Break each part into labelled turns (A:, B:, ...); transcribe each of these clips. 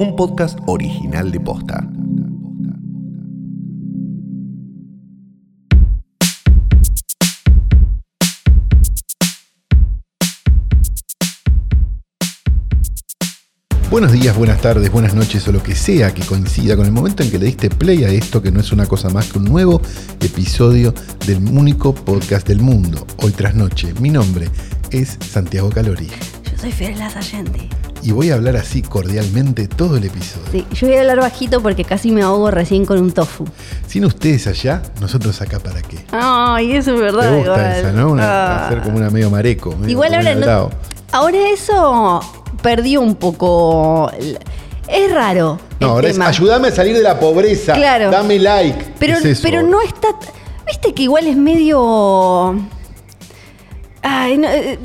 A: un podcast original de Posta. Buenos días, buenas tardes, buenas noches o lo que sea que coincida con el momento en que le diste play a esto que no es una cosa más que un nuevo episodio del único podcast del mundo, hoy tras noche. Mi nombre es Santiago Calori
B: Yo soy Fiorella Allende.
A: y voy a hablar así cordialmente todo el episodio.
B: Sí, yo voy a hablar bajito porque casi me ahogo recién con un tofu.
A: Sin ustedes allá, nosotros acá para qué.
B: Ay, eso es verdad.
A: Te gusta
B: igual.
A: esa, ¿no? Una-
B: Ah.
A: Hacer como una medio mareco. medio
B: Igual
A: como un
B: ahora no-
A: hablado.
B: Ahora eso perdió un poco. el- Es raro.
A: No,
B: el
A: ahora es
B: tema.
A: ayúdame a salir de la pobreza.
B: Claro.
A: Dame like.
B: Pero,
A: Es eso.
B: pero no está. Viste que igual es medio. Ay, no, eh,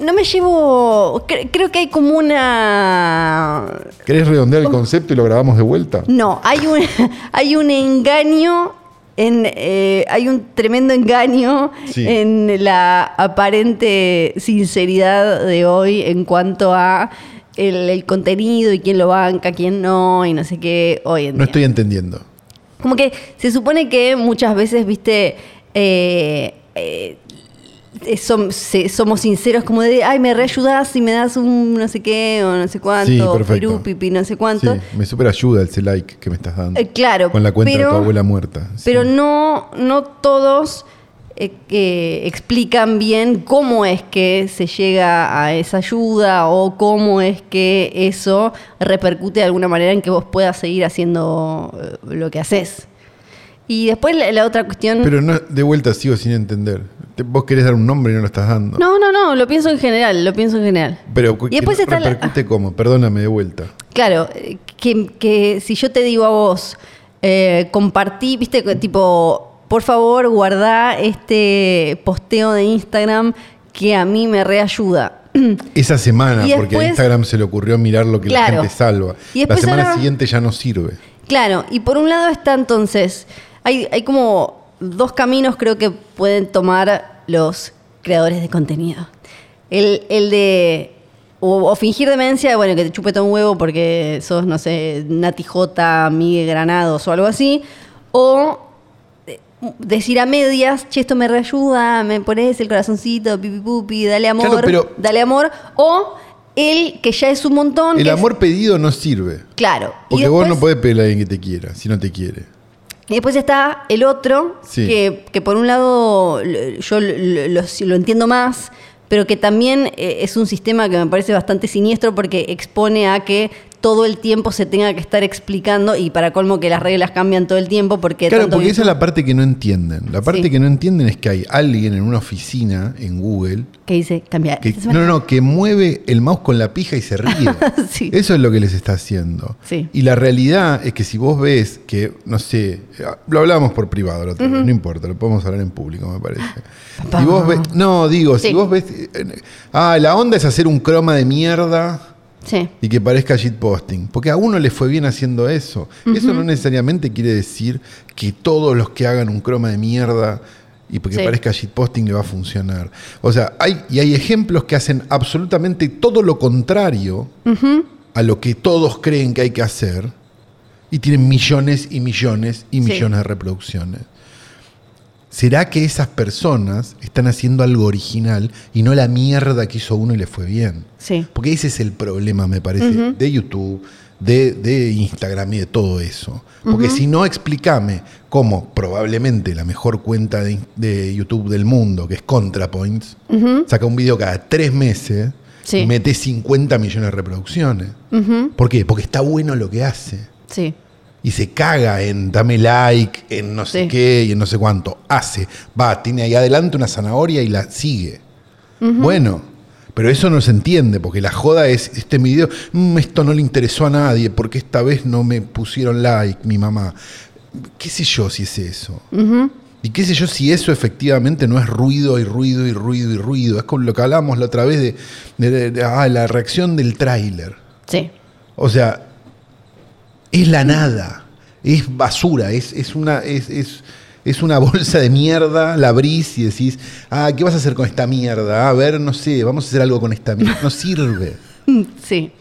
B: no me llevo. cre- creo que hay como una.
A: ¿Querés redondear el concepto y lo grabamos de vuelta?
B: No, hay un, hay un engaño, en, eh, hay un tremendo engaño
A: Sí.
B: en la aparente sinceridad de hoy en cuanto a el, el contenido y quién lo banca, quién no, y no sé qué hoy en
A: No
B: día.
A: estoy entendiendo.
B: Como que se supone que muchas veces, viste, eh, eh, eh, som- se- somos sinceros, como de, ay, me reayudás y me das un no sé qué o no sé cuánto,
A: Sí, perfecto.
B: pirú, pipi, no sé cuánto.
A: Sí, me super ayuda ese like que me estás dando.
B: Eh, claro,
A: Con la cuenta de tu
B: pero-
A: abuela muerta. Sí.
B: Pero no, no todos eh, que explican bien cómo es que se llega a esa ayuda o cómo es que eso repercute de alguna manera en que vos puedas seguir haciendo eh, lo que haces. Y después la, la otra cuestión...
A: Pero no, de vuelta sigo sin entender. Te- Vos querés dar un nombre y no lo estás dando.
B: no, no, no, lo pienso en general, lo pienso en general.
A: Pero
B: y después
A: que
B: está la-
A: repercute cómo, perdóname de vuelta.
B: Claro, eh, que, que si yo te digo a vos, eh, compartí, viste, que tipo, por favor, guardá este posteo de Instagram que a mí me reayuda.
A: Esa semana,
B: Y
A: porque a
B: después-
A: Instagram se le ocurrió mirar lo que la
B: Claro.
A: gente salva.
B: Y
A: la
B: después
A: semana
B: ahora-
A: siguiente ya no sirve.
B: Claro, y por un lado está entonces, hay, hay como dos caminos creo que pueden tomar los creadores de contenido. El, el de o, o fingir demencia, bueno, que te chupeta un huevo porque sos, no sé, Nati J, Miguel Granados o algo así, o eh, decir a medias, che, esto me reayuda, me pones el corazoncito, pipi pupi, dale amor,
A: Claro, pero-
B: dale amor, o el que ya es un montón.
A: El
B: que es-
A: amor pedido no sirve.
B: Claro. y
A: Porque vos no
B: después-
A: podés pedirle a alguien que te quiera, si no te quiere.
B: Y después está el otro,
A: Sí.
B: que, que por un lado lo- yo lo, lo- lo entiendo más, pero que también eh, es un sistema que me parece bastante siniestro porque expone a que todo el tiempo se tenga que estar explicando y para colmo que las reglas cambian todo el tiempo porque...
A: Claro,
B: tanto
A: porque
B: bien-
A: esa es la parte que no entienden. La parte
B: Sí.
A: que no entienden es que hay alguien en una oficina en Google
B: Que dice cambiar.
A: que, no, no, no, que mueve el mouse con la pija y se ríe.
B: Sí.
A: Eso es lo que les está haciendo.
B: Sí.
A: Y la realidad es que si vos ves que, no sé, lo hablamos por privado, la otra vez, no importa, lo podemos hablar en público, me parece.
B: Papá.
A: Y vos ves, no, digo, si
B: Sí.
A: vos ves, eh, eh, ah, la onda es hacer un croma de mierda
B: Sí.
A: y que parezca shitposting. Porque a uno le fue bien haciendo eso. Eso no necesariamente quiere decir que todos los que hagan un croma de mierda y porque
B: Sí.
A: parezca shitposting le va a funcionar. O sea, hay, y hay ejemplos que hacen absolutamente todo lo contrario a lo que todos creen que hay que hacer y tienen millones y millones y
B: Sí.
A: millones de reproducciones. ¿Será que esas personas están haciendo algo original y no la mierda que hizo uno y le fue bien?
B: Sí.
A: Porque ese es el problema, me parece, de YouTube, de, de Instagram y de todo eso. Porque si no, explícame cómo probablemente la mejor cuenta de, de YouTube del mundo, que es ContraPoints, saca un video cada tres meses
B: Sí.
A: y mete 50 millones de reproducciones. ¿Por qué? Porque está bueno lo que hace.
B: Sí.
A: Y se caga en dame like, en no sé
B: Sí.
A: qué y en no sé cuánto. Hace, va, tiene ahí adelante una zanahoria y la sigue. Bueno, pero eso no se entiende, porque la joda es este video, "Mm, esto no le interesó a nadie, porque esta vez no me pusieron like, mi mamá. ¿Qué sé yo si es eso? Y qué sé yo si eso efectivamente no es ruido y ruido y ruido y ruido. Es como lo que hablábamos la otra vez de, de- de- de- ah, la reacción del tráiler.
B: Sí.
A: O sea, es la nada, es basura, es, es una, es, es- es una bolsa de mierda, la abrís y decís, ah, ¿qué vas a hacer con esta mierda? A ver, no sé, vamos a hacer algo con esta mierda. No sirve.
B: Sí.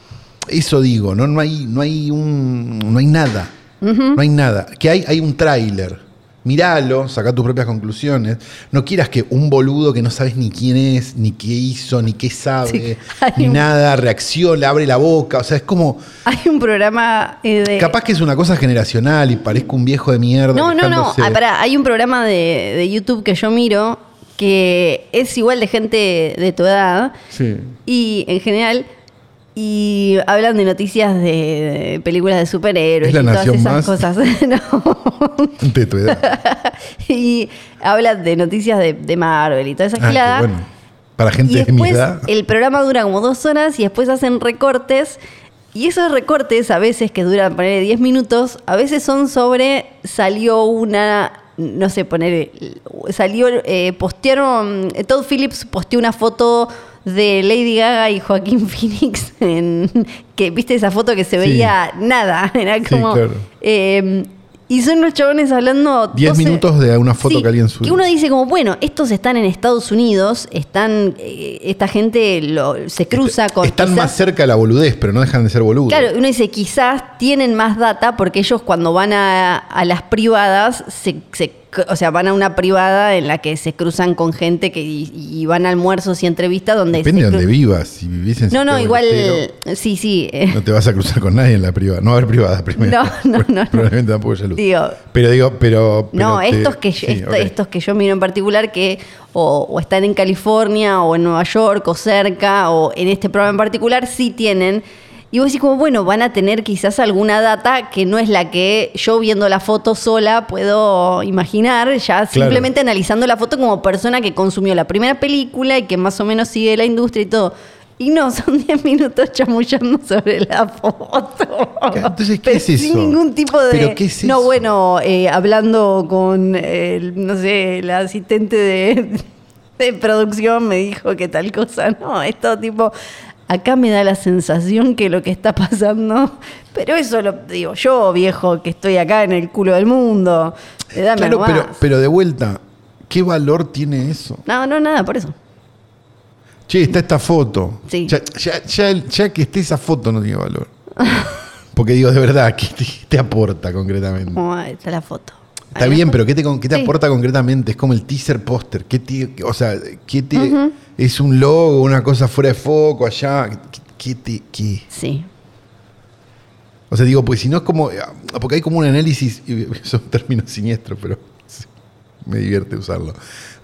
A: Eso digo, no, no, hay, no, hay, un, no hay nada. No hay nada. Que hay, hay un tráiler. Míralo, saca tus propias conclusiones. No quieras que un boludo que no sabes ni quién es, ni qué hizo, ni qué sabe,
B: Sí, hay
A: ni
B: un-
A: nada, reacciona, abre la boca. O sea, es como.
B: Hay un programa eh, de.
A: Capaz que es una cosa generacional y parezco un viejo de mierda.
B: No, no, no.
A: quejándose.
B: Ah, pará, hay un programa de, de YouTube que yo miro que es igual de gente de tu edad
A: Sí.
B: y en general. Y hablan de noticias de, de películas de
A: ¿Es
B: superhéroes
A: la
B: y todas
A: Nación
B: esas
A: Más?
B: cosas. No.
A: De tu edad. Ah,
B: y hablan de noticias de, de Marvel y toda esa
A: Ah, qué
B: gilada.
A: bueno. Para
B: Y
A: gente de mi
B: después
A: edad.
B: el programa dura como dos horas y después hacen recortes. Y esos recortes, a veces que duran, poner 10 minutos, a veces son sobre salió una, no sé, poner, salió, eh, postearon, Todd Phillips posteó una foto de Lady Gaga y Joaquín Phoenix, en, que viste esa foto que se veía nada, era como...
A: claro.
B: eh, y son los chabones hablando...
A: 10
B: 12
A: minutos de una foto
B: Sí,
A: que alguien subió. Este,
B: Que uno dice como, bueno, estos están en Estados Unidos, están, eh, esta gente lo, se cruza con...
A: Este, Están
B: quizás-
A: más cerca de la boludez, pero no dejan de ser boludos.
B: Claro, uno dice, quizás tienen más data porque ellos cuando van a, a las privadas, se, se- o sea, van a una privada en la que se cruzan con gente que, y, y van a almuerzos y entrevistas donde...
A: Depende de
B: se
A: donde
B: cru-
A: vivas. Si vivís en
B: No, no,
A: Santiago del
B: igual...
A: Estero,
B: Sí, sí. eh,
A: No te vas a cruzar con nadie en la privada. No va a haber privada primero.
B: No, no, no, no.
A: Probablemente tampoco haya luz.
B: Digo-
A: pero digo, pero. pero
B: No,
A: te-
B: estos que,
A: sí,
B: yo, esto-
A: ok.
B: estos que yo miro en particular que o, o están en California o en Nueva York o cerca o en este programa en particular sí tienen. Y vos decís como, bueno, van a tener quizás alguna data que no es la que yo viendo la foto sola puedo imaginar, ya simplemente analizando la foto como persona que consumió la primera película y que más o menos sigue la industria y todo. Y no, son 10 minutos chamullando sobre la foto.
A: ¿Qué? Entonces, ¿qué
B: Pero
A: es eso?
B: Sin ningún tipo de...
A: ¿Pero qué es
B: No,
A: eso?
B: bueno, no, eh, hablando con, eh, el, no sé, la asistente de, de producción me dijo que tal cosa. No, es todo tipo, acá me da la sensación que lo que está pasando, pero eso lo digo yo, viejo, que estoy acá en el culo del mundo. Eh, dame
A: Claro,
B: nomás.
A: pero, pero de vuelta, ¿qué valor tiene eso?
B: No, no, nada, por eso.
A: Che, está esta foto.
B: Sí.
A: Ya, ya- ya el- ya que esté esa foto no tiene valor. Porque digo, de verdad, ¿qué te, te aporta concretamente?
B: Como, ah, está la foto.
A: Está
B: Ahí la
A: bien,
B: foto.
A: pero ¿qué te, con- qué te
B: Sí.
A: aporta concretamente? Es como el teaser póster. ¿Qué te- O sea, ¿qué te, ¿es un logo, una cosa fuera de foco allá? ¿Qué, qué te- qué?
B: Sí.
A: O sea, digo, porque si no es como. ah, Porque hay como un análisis. y Son términos siniestros, pero sí, me divierte usarlo.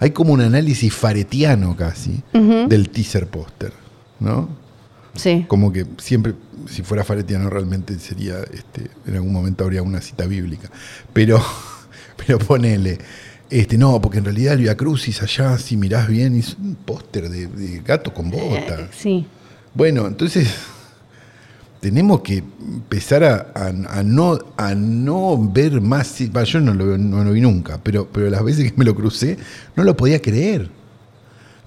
A: Hay como un análisis faretiano casi del teaser póster, ¿no?
B: Sí.
A: como que siempre, si fuera Faretiano realmente sería, este, en algún momento habría una cita bíblica. Pero, pero ponele, este, no, porque en realidad el Via Crucis allá, si mirás bien, es un póster de, de gato con
B: Eh,
A: bota.
B: sí.
A: Bueno, entonces tenemos que empezar a, a- a no, a no ver más. va, yo no lo, veo- no lo vi nunca, pero, pero las veces que me lo crucé no lo podía creer.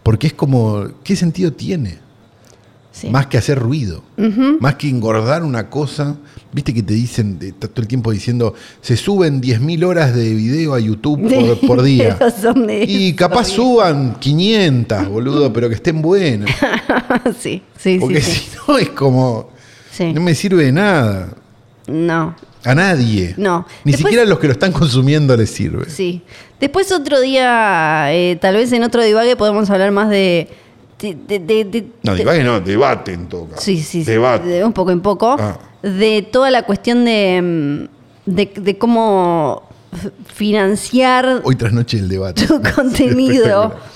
A: Porque es como, ¿qué sentido tiene?
B: sí.
A: más que hacer ruido, más que engordar una cosa. Viste que te dicen de- está todo el tiempo diciendo, se suben 10.000 horas de video a YouTube por, por día.
B: Pero son de
A: Y
B: eso,
A: capaz
B: sí.
A: suban 500, boludo, pero que estén buenas.
B: sí, sí,
A: Porque
B: sí. sí.
A: si no es como,
B: Sí.
A: no me sirve de nada.
B: No,
A: A nadie.
B: No.
A: Ni
B: Después-
A: siquiera a los que lo están consumiendo les sirve.
B: Sí. Después otro día, eh, tal vez en otro divague podemos hablar más de... de- de- de- de-
A: No,
B: de-
A: divaguen, no, debate en todo caso.
B: Sí, sí, sí,
A: Debate.
B: de un poco en poco.
A: Ah.
B: De toda la cuestión de, mm, de, de cómo f- financiar
A: Hoy tras noche el debate.
B: tu contenido.
A: espectacular.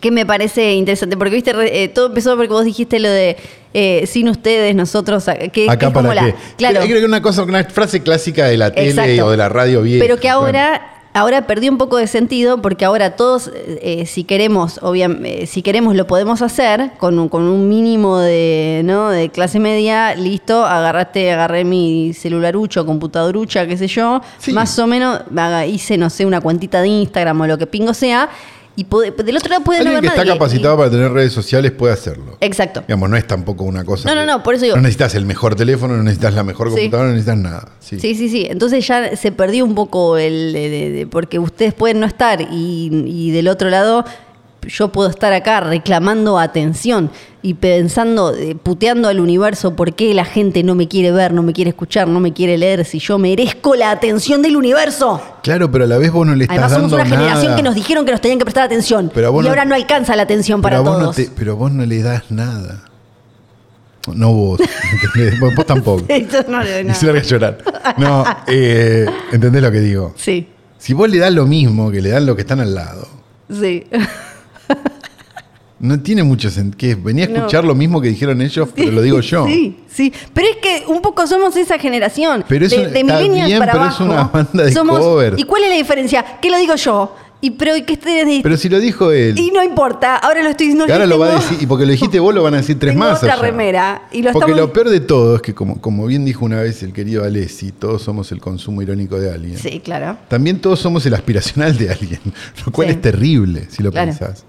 B: Que me parece interesante, porque viste, re- eh, todo empezó porque vos dijiste lo de eh, sin ustedes, nosotros, a- que, que
A: Acá
B: es como
A: para
B: la-
A: qué.
B: Claro.
A: Creo que es una cosa, una frase clásica de la tele
B: Exacto.
A: o de la radio bien.
B: Pero que ahora, ahora perdió un poco de sentido porque ahora todos, eh, si queremos, obviamente, si queremos lo podemos hacer con un, con un mínimo de, ¿no? de clase media, listo, agarraste, agarré mi celularucho, computadorucha, qué sé yo,
A: Sí.
B: más o menos haga- hice, no sé, una cuentita de Instagram o lo que pingo sea, y puede- del otro lado puede no
A: Alguien
B: haber
A: que está
B: nadie.
A: capacitado para tener redes sociales puede hacerlo.
B: Exacto.
A: Digamos, no es tampoco una cosa.
B: No, no,
A: que-
B: no, por eso digo-
A: No necesitas el mejor teléfono, no necesitas la mejor
B: Sí.
A: computadora, no necesitas nada. Sí.
B: Sí, sí, sí. Entonces ya se perdió un poco el. de- de- de- porque ustedes pueden no estar y, y del otro lado yo puedo estar acá reclamando atención y pensando, eh, puteando al universo por qué la gente no me quiere ver, no me quiere escuchar, no me quiere leer, si yo merezco la atención del universo.
A: Claro, pero a la vez vos no le estás
B: Además somos
A: dando
B: una generación
A: nada.
B: que nos dijeron que nos tenían que prestar atención
A: Pero a vos
B: y
A: no-
B: ahora no alcanza la atención para
A: pero a vos
B: todos.
A: No te- pero vos no le das nada. No vos, ¿entendés? Vos- vos tampoco.
B: Yo no le doy
A: Y se
B: nada.
A: larga a llorar. No, eh, ¿entendés lo que digo?
B: Sí,
A: Si vos le das lo mismo que le dan los que están al lado,
B: sí.
A: no tiene mucho sentido. Venía a
B: No.
A: escuchar lo mismo que dijeron ellos, pero lo digo yo.
B: Sí, sí. Pero es que un poco somos esa generación.
A: Pero es
B: de,
A: una-
B: de
A: está
B: millennials
A: bien,
B: para
A: pero es
B: abajo.
A: una banda de
B: somos,
A: cover.
B: ¿Y cuál es la diferencia? ¿Qué lo digo yo? Y pero que esté de-
A: Pero si lo dijo él,
B: y no importa, ahora lo estoy diciendo
A: que ahora
B: yo
A: lo va a
B: tengo-
A: decir, y porque lo dijiste vos, lo van a decir tres
B: tengo
A: más.
B: otra
A: allá.
B: remera y lo
A: Porque
B: estamos
A: lo peor de todo es que, como, como bien dijo una vez el querido Alessi, todos somos el consumo irónico de alguien.
B: Sí, claro.
A: También todos somos el aspiracional de alguien, lo cual
B: Sí.
A: es terrible si lo
B: Claro.
A: pensás.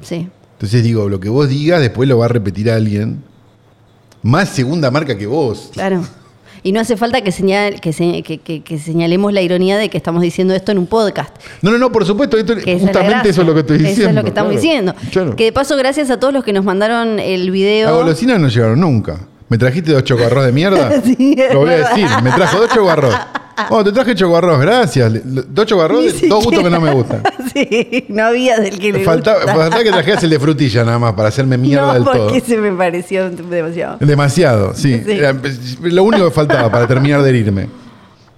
B: Sí.
A: Entonces digo, lo que vos digas después lo va a repetir alguien. Más segunda marca que vos.
B: Claro. Y no hace falta que, señal, que, se- que- que- que señalemos la ironía de que estamos diciendo esto en un podcast.
A: No, no, no, por supuesto, esto-
B: Que esa es la
A: justamente
B: gracia.
A: eso es lo que estoy diciendo.
B: Eso es lo que estamos
A: claro.
B: diciendo.
A: Claro.
B: Que de paso, gracias a todos los que nos mandaron el video.
A: Las golosinas no llegaron nunca. ¿Me trajiste dos chocoarros de mierda?
B: Sí, es
A: Lo voy a
B: verdad.
A: decir, me trajo dos chocoarros. Oh, te traje chocoarros, gracias. Le- le- Dos chocoarros,
B: Ni
A: de- dos gustos que no me gustan.
B: sí, no había del que le
A: Falta,
B: gusta.
A: faltaba que trajeras el de frutilla nada más para hacerme mierda
B: no,
A: del
B: porque
A: todo.
B: se me pareció demasiado.
A: Demasiado, sí.
B: Sí.
A: Era pues, lo único que faltaba para terminar de herirme.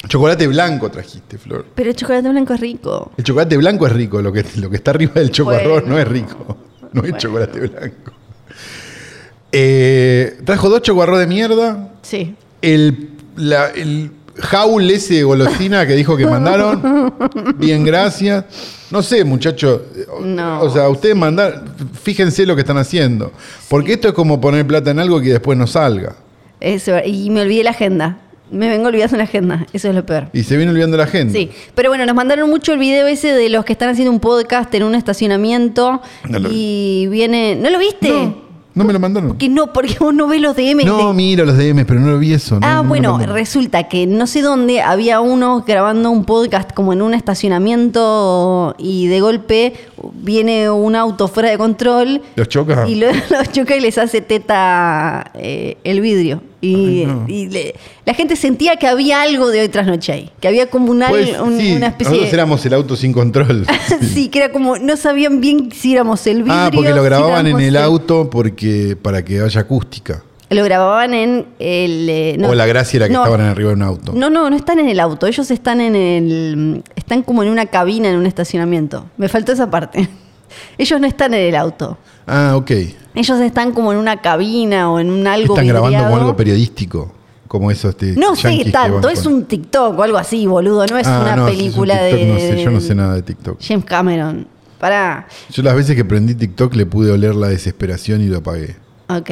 A: Chocolate blanco trajiste, Flor.
B: Pero el chocolate blanco es rico.
A: El chocolate blanco es rico, lo que, lo que está arriba del chocorrón
B: Bueno.
A: no es rico. No es
B: Bueno.
A: chocolate blanco. Eh, trajo dos chocorros de mierda.
B: Sí.
A: El, la- el jaul ese de golosina que dijo que mandaron. Bien, gracias. No sé, muchachos.
B: No.
A: O sea, ustedes mandan. Fíjense lo que están haciendo. Porque esto es como poner plata en algo que después no salga.
B: Eso, y me olvidé la agenda. Me vengo olvidando la agenda. Eso es lo peor.
A: Y se viene olvidando la gente.
B: Sí, pero bueno, nos mandaron mucho el video ese de los que están haciendo un podcast en un estacionamiento
A: No lo
B: y viene... ¿No lo viste?
A: No me lo mandaron.
B: Que no, porque vos no ves los DM.
A: No, miro los DMs, pero no lo vi eso. no,
B: Ah,
A: no me
B: bueno,
A: mandaron.
B: resulta que no sé dónde había uno grabando un podcast como en un estacionamiento y de golpe viene un auto fuera de control
A: ¿Los choca?
B: y lo- los choca y les hace teta eh, el vidrio. Y,
A: Ay, no.
B: y le- la gente sentía que había algo de hoy tras noche ahí, que había como un al-
A: Pues,
B: un-
A: sí,
B: una especie
A: nosotros
B: de...
A: éramos el auto sin control.
B: sí, que era como, no sabían bien si éramos el vidrio.
A: ah, porque
B: si
A: lo grababan en
B: éramos
A: el auto porque para que haya acústica.
B: Lo grababan en el... eh, no.
A: o la gracia era que
B: No,
A: estaban arriba de un auto.
B: No, no, no están en el auto. Ellos están en el. Están como en una cabina, en un estacionamiento. Me faltó esa parte. Ellos no están en el auto.
A: Ah, ok.
B: Ellos están como en una cabina o en un algo.
A: Están grabando
B: vidriado.
A: como algo periodístico. Como eso, este.
B: No sé
A: yanquis que
B: tanto.
A: van
B: Es
A: con-
B: un TikTok o algo así, boludo. No es
A: Ah,
B: una
A: no, si es un
B: película
A: TikTok,
B: de.
A: No sé, yo no sé nada de TikTok.
B: James Cameron. Pará.
A: Yo las veces que prendí TikTok le pude oler la desesperación y lo apagué.
B: Ok.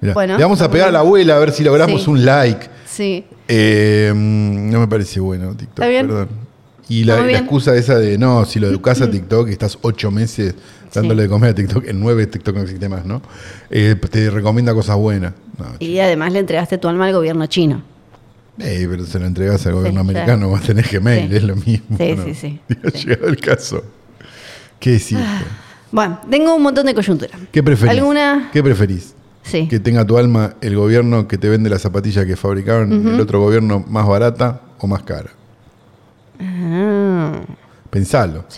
A: Mirá,
B: bueno.
A: le vamos a pegar a la abuela a ver si logramos
B: Sí.
A: un like.
B: Sí.
A: Eh, mm, no me parece bueno TikTok,
B: Está bien.
A: perdón. Y la,
B: Está muy
A: la
B: bien. Mm.
A: excusa esa de, no, si lo educás a TikTok y estás ocho meses dándole de comer a TikTok, en nueve TikTok no existe más, ¿no? Eh, te recomienda cosas buenas. No,
B: Y además le entregaste tu alma al gobierno chino.
A: eh, pero se lo entregás al gobierno
B: Sí,
A: americano, vas a tener Gmail,
B: Sí.
A: es lo mismo.
B: Sí,
A: ¿no?
B: sí, sí.
A: Ha llegado el caso. ¿Qué hiciste?
B: Bueno, tengo un montón de coyuntura.
A: ¿Qué preferís?
B: ¿Alguna?
A: ¿Qué preferís?
B: Sí.
A: Que tenga tu alma el gobierno que te vende la zapatilla que fabricaron, el otro gobierno más barata o más cara.
B: Ah.
A: Pensalo.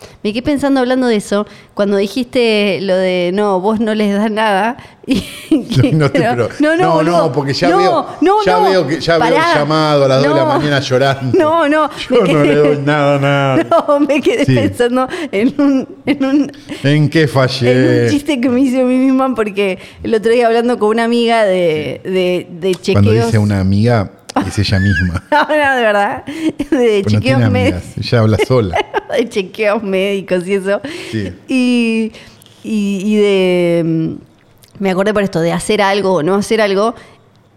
B: Sí. Me quedé pensando hablando de eso, cuando dijiste lo de no, vos no les das nada. y-
A: No, no, estoy- pero-
B: no, no,
A: no,
B: boludo.
A: porque ya
B: No,
A: veo,
B: no,
A: ya
B: no.
A: veo que ya veo
B: Pará.
A: el llamado a las 2 de la
B: No.
A: mañana llorando.
B: No, no.
A: Yo
B: me
A: no le
B: quedé-
A: doy nada, nada.
B: No, me quedé
A: Sí.
B: pensando en un, en un
A: ¿En qué
B: en un
A: fallé?
B: chiste que me hice a mí misma porque el otro día hablando con una amiga de, de, de chequeos.
A: Cuando dice una amiga, es ella misma.
B: No, no, de verdad. De
A: Pero no
B: chequeos
A: tiene
B: médicos.
A: amigas, ella habla sola.
B: de chequeos médicos y eso.
A: Sí.
B: Y, y- y de. mm, Me acordé por esto, de hacer algo o no hacer algo.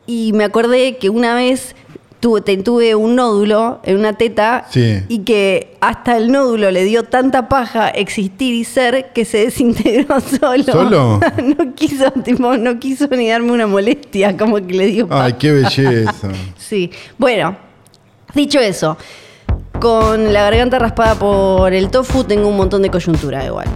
B: Y me acordé que una vez tuve, te- tuve un nódulo en una teta
A: Sí.
B: y que hasta el nódulo le dio tanta paja existir y ser que se desintegró solo.
A: ¿Solo?
B: no quiso, tipo, no quiso ni darme una molestia, como que le dio paja.
A: Ay, qué belleza.
B: Sí. Bueno, dicho eso, con la garganta raspada por el tofu tengo un montón de coyuntura igual.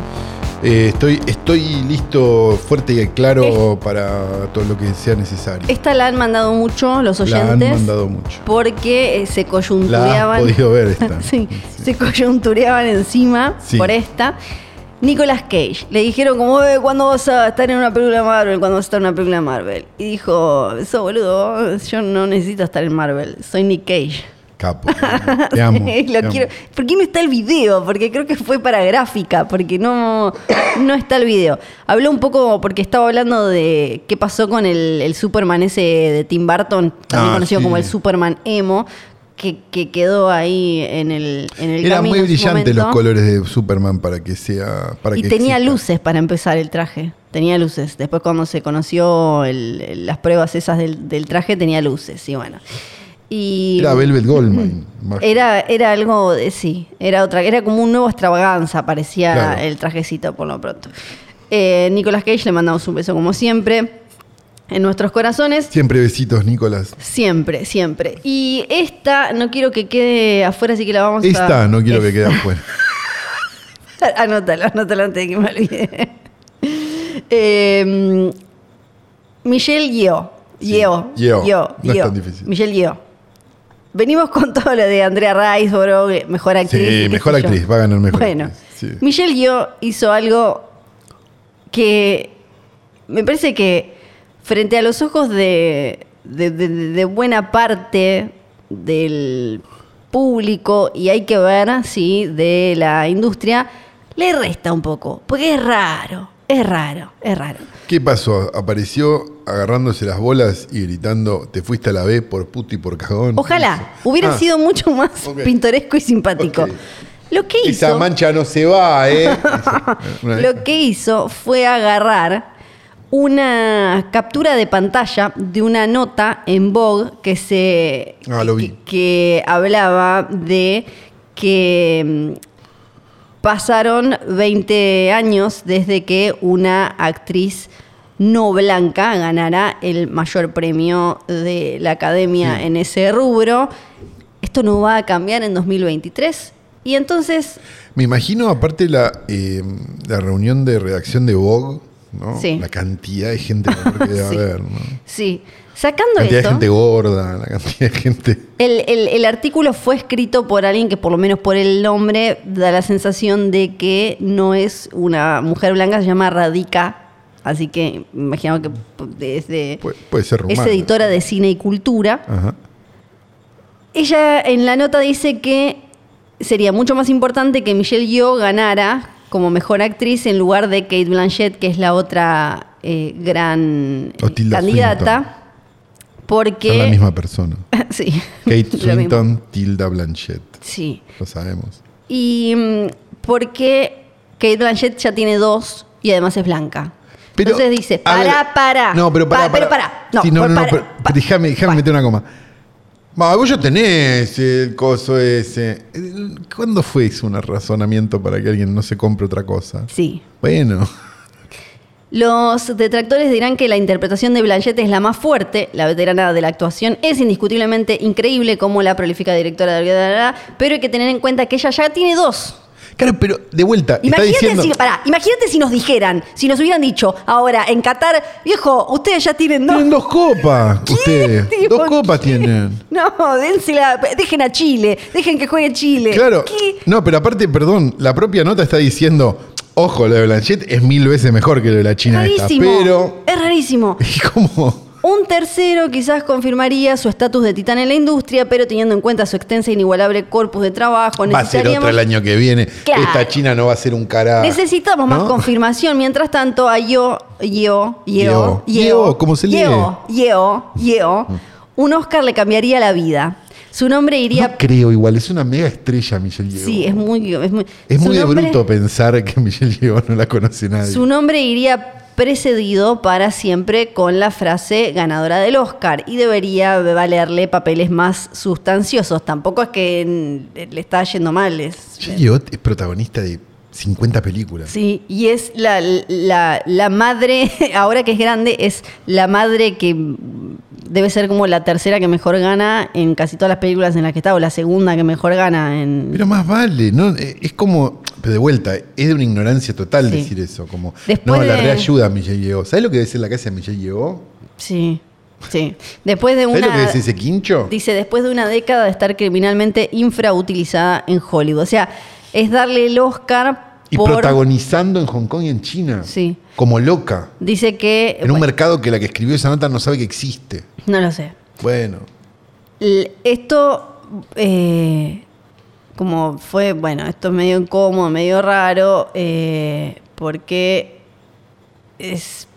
A: Eh, estoy, estoy listo, fuerte y claro para todo lo que sea necesario.
B: Esta la han mandado mucho los oyentes.
A: La han mandado mucho.
B: Porque eh, se
A: La has
B: coyuntureaban.
A: podido ver esta.
B: Sí, se coyuntureaban encima
A: Sí.
B: por esta. Nicolas Cage. Le dijeron como, "Eh, ¿cuándo vas a estar en una película Marvel? ¿Cuándo vas a estar en una película Marvel? Y dijo, eso boludo, yo no necesito estar en Marvel, soy Nick Cage.
A: Capo. Te amo.
B: Lo
A: te amo.
B: quiero- ¿Por qué no está el video? Porque creo que fue para gráfica, porque no, no está el video. Habló un poco, porque estaba hablando de qué pasó con el, el Superman ese de Tim Burton, también
A: Ah,
B: conocido
A: sí.
B: como el Superman Emo, que, que quedó ahí en el, en el
A: Era
B: camino
A: muy
B: en su
A: brillante los
B: momento.
A: colores de Superman para que sea. Para
B: Y
A: que
B: tenía
A: exista.
B: luces para empezar el traje. Tenía luces. Después cuando se conoció el- el- las pruebas esas del, del traje, tenía luces. Y bueno. Y
A: Era Velvet Goldman. más-
B: era, era algo de sí, era otra, era como un nuevo extravaganza, parecía
A: Claro.
B: el trajecito por lo pronto. Eh, Nicolas Cage le mandamos un beso como siempre. En nuestros corazones.
A: Siempre besitos, Nicolás.
B: Siempre, siempre. Y esta no quiero que quede afuera, así que la vamos a.
A: Esta no quiero que quede afuera.
B: Anótalo, anótalo antes de que me olvide. Eh, Michelle Yeoh.
A: Sí,
B: Yeoh.
A: Yeoh.
B: Yeoh,
A: No es
B: Yeoh.
A: tan difícil.
B: Michelle Yeoh. Venimos con todo lo de Andrea Riseborough, mejor actriz. y qué
A: mejor
B: sé yo.
A: actriz, va a ganar mejor
B: Bueno,
A: actriz, sí.
B: Michelle Yeoh hizo algo que me parece que frente a los ojos de, de- de- de buena parte del público, y hay que ver, sí, de la industria, le resta un poco, porque es raro, es raro, es raro.
A: ¿Qué pasó? Apareció agarrándose las bolas y gritando: Te fuiste a la B por puto y por cagón.
B: Ojalá, hubiera
A: Ah,
B: sido mucho más
A: ok.
B: pintoresco y simpático.
A: Ok.
B: Lo que hizo...
A: Esa mancha no se va, ¿eh? Esa- una-
B: Lo que hizo fue agarrar una captura de pantalla de una nota en Vogue que se
A: Ah, lo vi.
B: que, que hablaba de que mm, pasaron 20 años desde que una actriz no blanca ganara el mayor premio de la academia
A: Sí.
B: en ese rubro. Esto no va a cambiar en 2023. Y entonces
A: Me imagino, aparte, la, eh, la reunión de redacción de Vogue, ¿no?
B: Sí.
A: La cantidad de gente que debe
B: Sí.
A: haber, ¿no?
B: Sí. Sacando
A: La cantidad de
B: esto,
A: gente gorda, la cantidad de gente.
B: el, el- el artículo fue escrito por alguien que por lo menos por el nombre da la sensación de que no es una mujer blanca, se llama Radica. Así que imagino que p- desde...
A: Puede, puede ser rumana.
B: Es editora de cine y cultura.
A: Ajá.
B: Ella en la nota dice que sería mucho más importante que Michelle Yeoh ganara como mejor actriz en lugar de Kate Blanchett, que es la otra eh, gran eh,
A: O Tilda
B: candidata. Porque...
A: Son la misma persona.
B: sí.
A: Kate
B: Lo mismo.
A: Swinton, Tilda Blanchett.
B: Sí.
A: Lo sabemos.
B: Y mm, porque Kate Blanchett ya tiene dos y además es blanca.
A: Pero,
B: Entonces dice,
A: a ver,
B: para, para.
A: No, pero para.
B: Pa- pero para. No,
A: Sí, no,
B: pues
A: no, no,
B: para,
A: pero-
B: pa-
A: déjame, déjame
B: pa-
A: meter una coma. Va, vos ya tenés el coso ese. El- ¿Cuándo fue eso un razonamiento para que alguien no se compre otra cosa?
B: Sí.
A: Bueno,
B: Los detractores dirán que la interpretación de Blanchett es la más fuerte, la veterana de la actuación es indiscutiblemente increíble como la prolífica directora de pero hay que tener en cuenta que ella ya tiene dos.
A: claro, pero de vuelta, está
B: Imagínate,
A: diciendo.
B: si, pará, imagínate si nos dijeran, si nos hubieran dicho ahora en Qatar, viejo, ustedes ya tienen dos.
A: Tienen dos copas, ustedes.
B: Tipo,
A: Dos copas
B: ¿qué?
A: tienen.
B: No, dénsela, dejen a Chile, dejen que juegue Chile.
A: Claro.
B: ¿Qué?
A: No, pero aparte, perdón, la propia nota está diciendo, ojo, lo de Blanchett es mil veces mejor que lo de la China esta.
B: Rarísimo.
A: Pero.
B: Es rarísimo.
A: Y como.
B: Un tercero quizás confirmaría su estatus de titán en la industria, pero teniendo en cuenta su extensa e inigualable corpus de trabajo,
A: Va a ser otra
B: necesitaríamos-
A: el año que viene.
B: Claro.
A: Esta China no va a ser un carajo.
B: Necesitamos más
A: ¿no?
B: confirmación. Mientras tanto, a Yo, Yo, Yo,
A: Yeo. Yeo, ¿cómo se lee?
B: Yo, Yo, Yo, un Oscar le cambiaría la vida. Su nombre iría.
A: No creo igual, es una mega estrella Michelle Yeoh.
B: sí, es muy. Es muy,
A: Es
B: su
A: muy de
B: nombre-
A: bruto pensar que Michelle Yeoh no la conoce nadie.
B: Su nombre iría precedido para siempre con la frase ganadora del Oscar y debería valerle papeles más sustanciosos. Tampoco es que mm, le está yendo mal. es-
A: Michelle Yeoh es protagonista de 50 películas.
B: sí, y es la, la- la madre, ahora que es grande, es la madre que mm, debe ser como la tercera que mejor gana en casi todas las películas en las que está, o la segunda que mejor gana en...
A: Pero más vale, ¿no? Eh, Es como. Pero de vuelta, es de una ignorancia total
B: Sí.
A: decir eso. Como,
B: Después
A: no, la
B: de-
A: reayuda Michelle llegó. ¿Sabes lo que debe ser la casa de Michelle llegó?
B: Sí, sí. Después de
A: ¿Sabes
B: una...
A: lo que dice ese quincho?
B: Dice, después de una década de estar criminalmente infrautilizada en Hollywood. O sea, es darle el Oscar
A: Y
B: por...
A: protagonizando en Hong Kong y en China.
B: Sí.
A: Como loca.
B: Dice que...
A: En un
B: Eh, bueno,
A: mercado que la que escribió esa nota no sabe que existe.
B: no lo sé.
A: Bueno.
B: L- Esto, eh, como fue, bueno, esto es medio incómodo, medio raro, eh, porque es...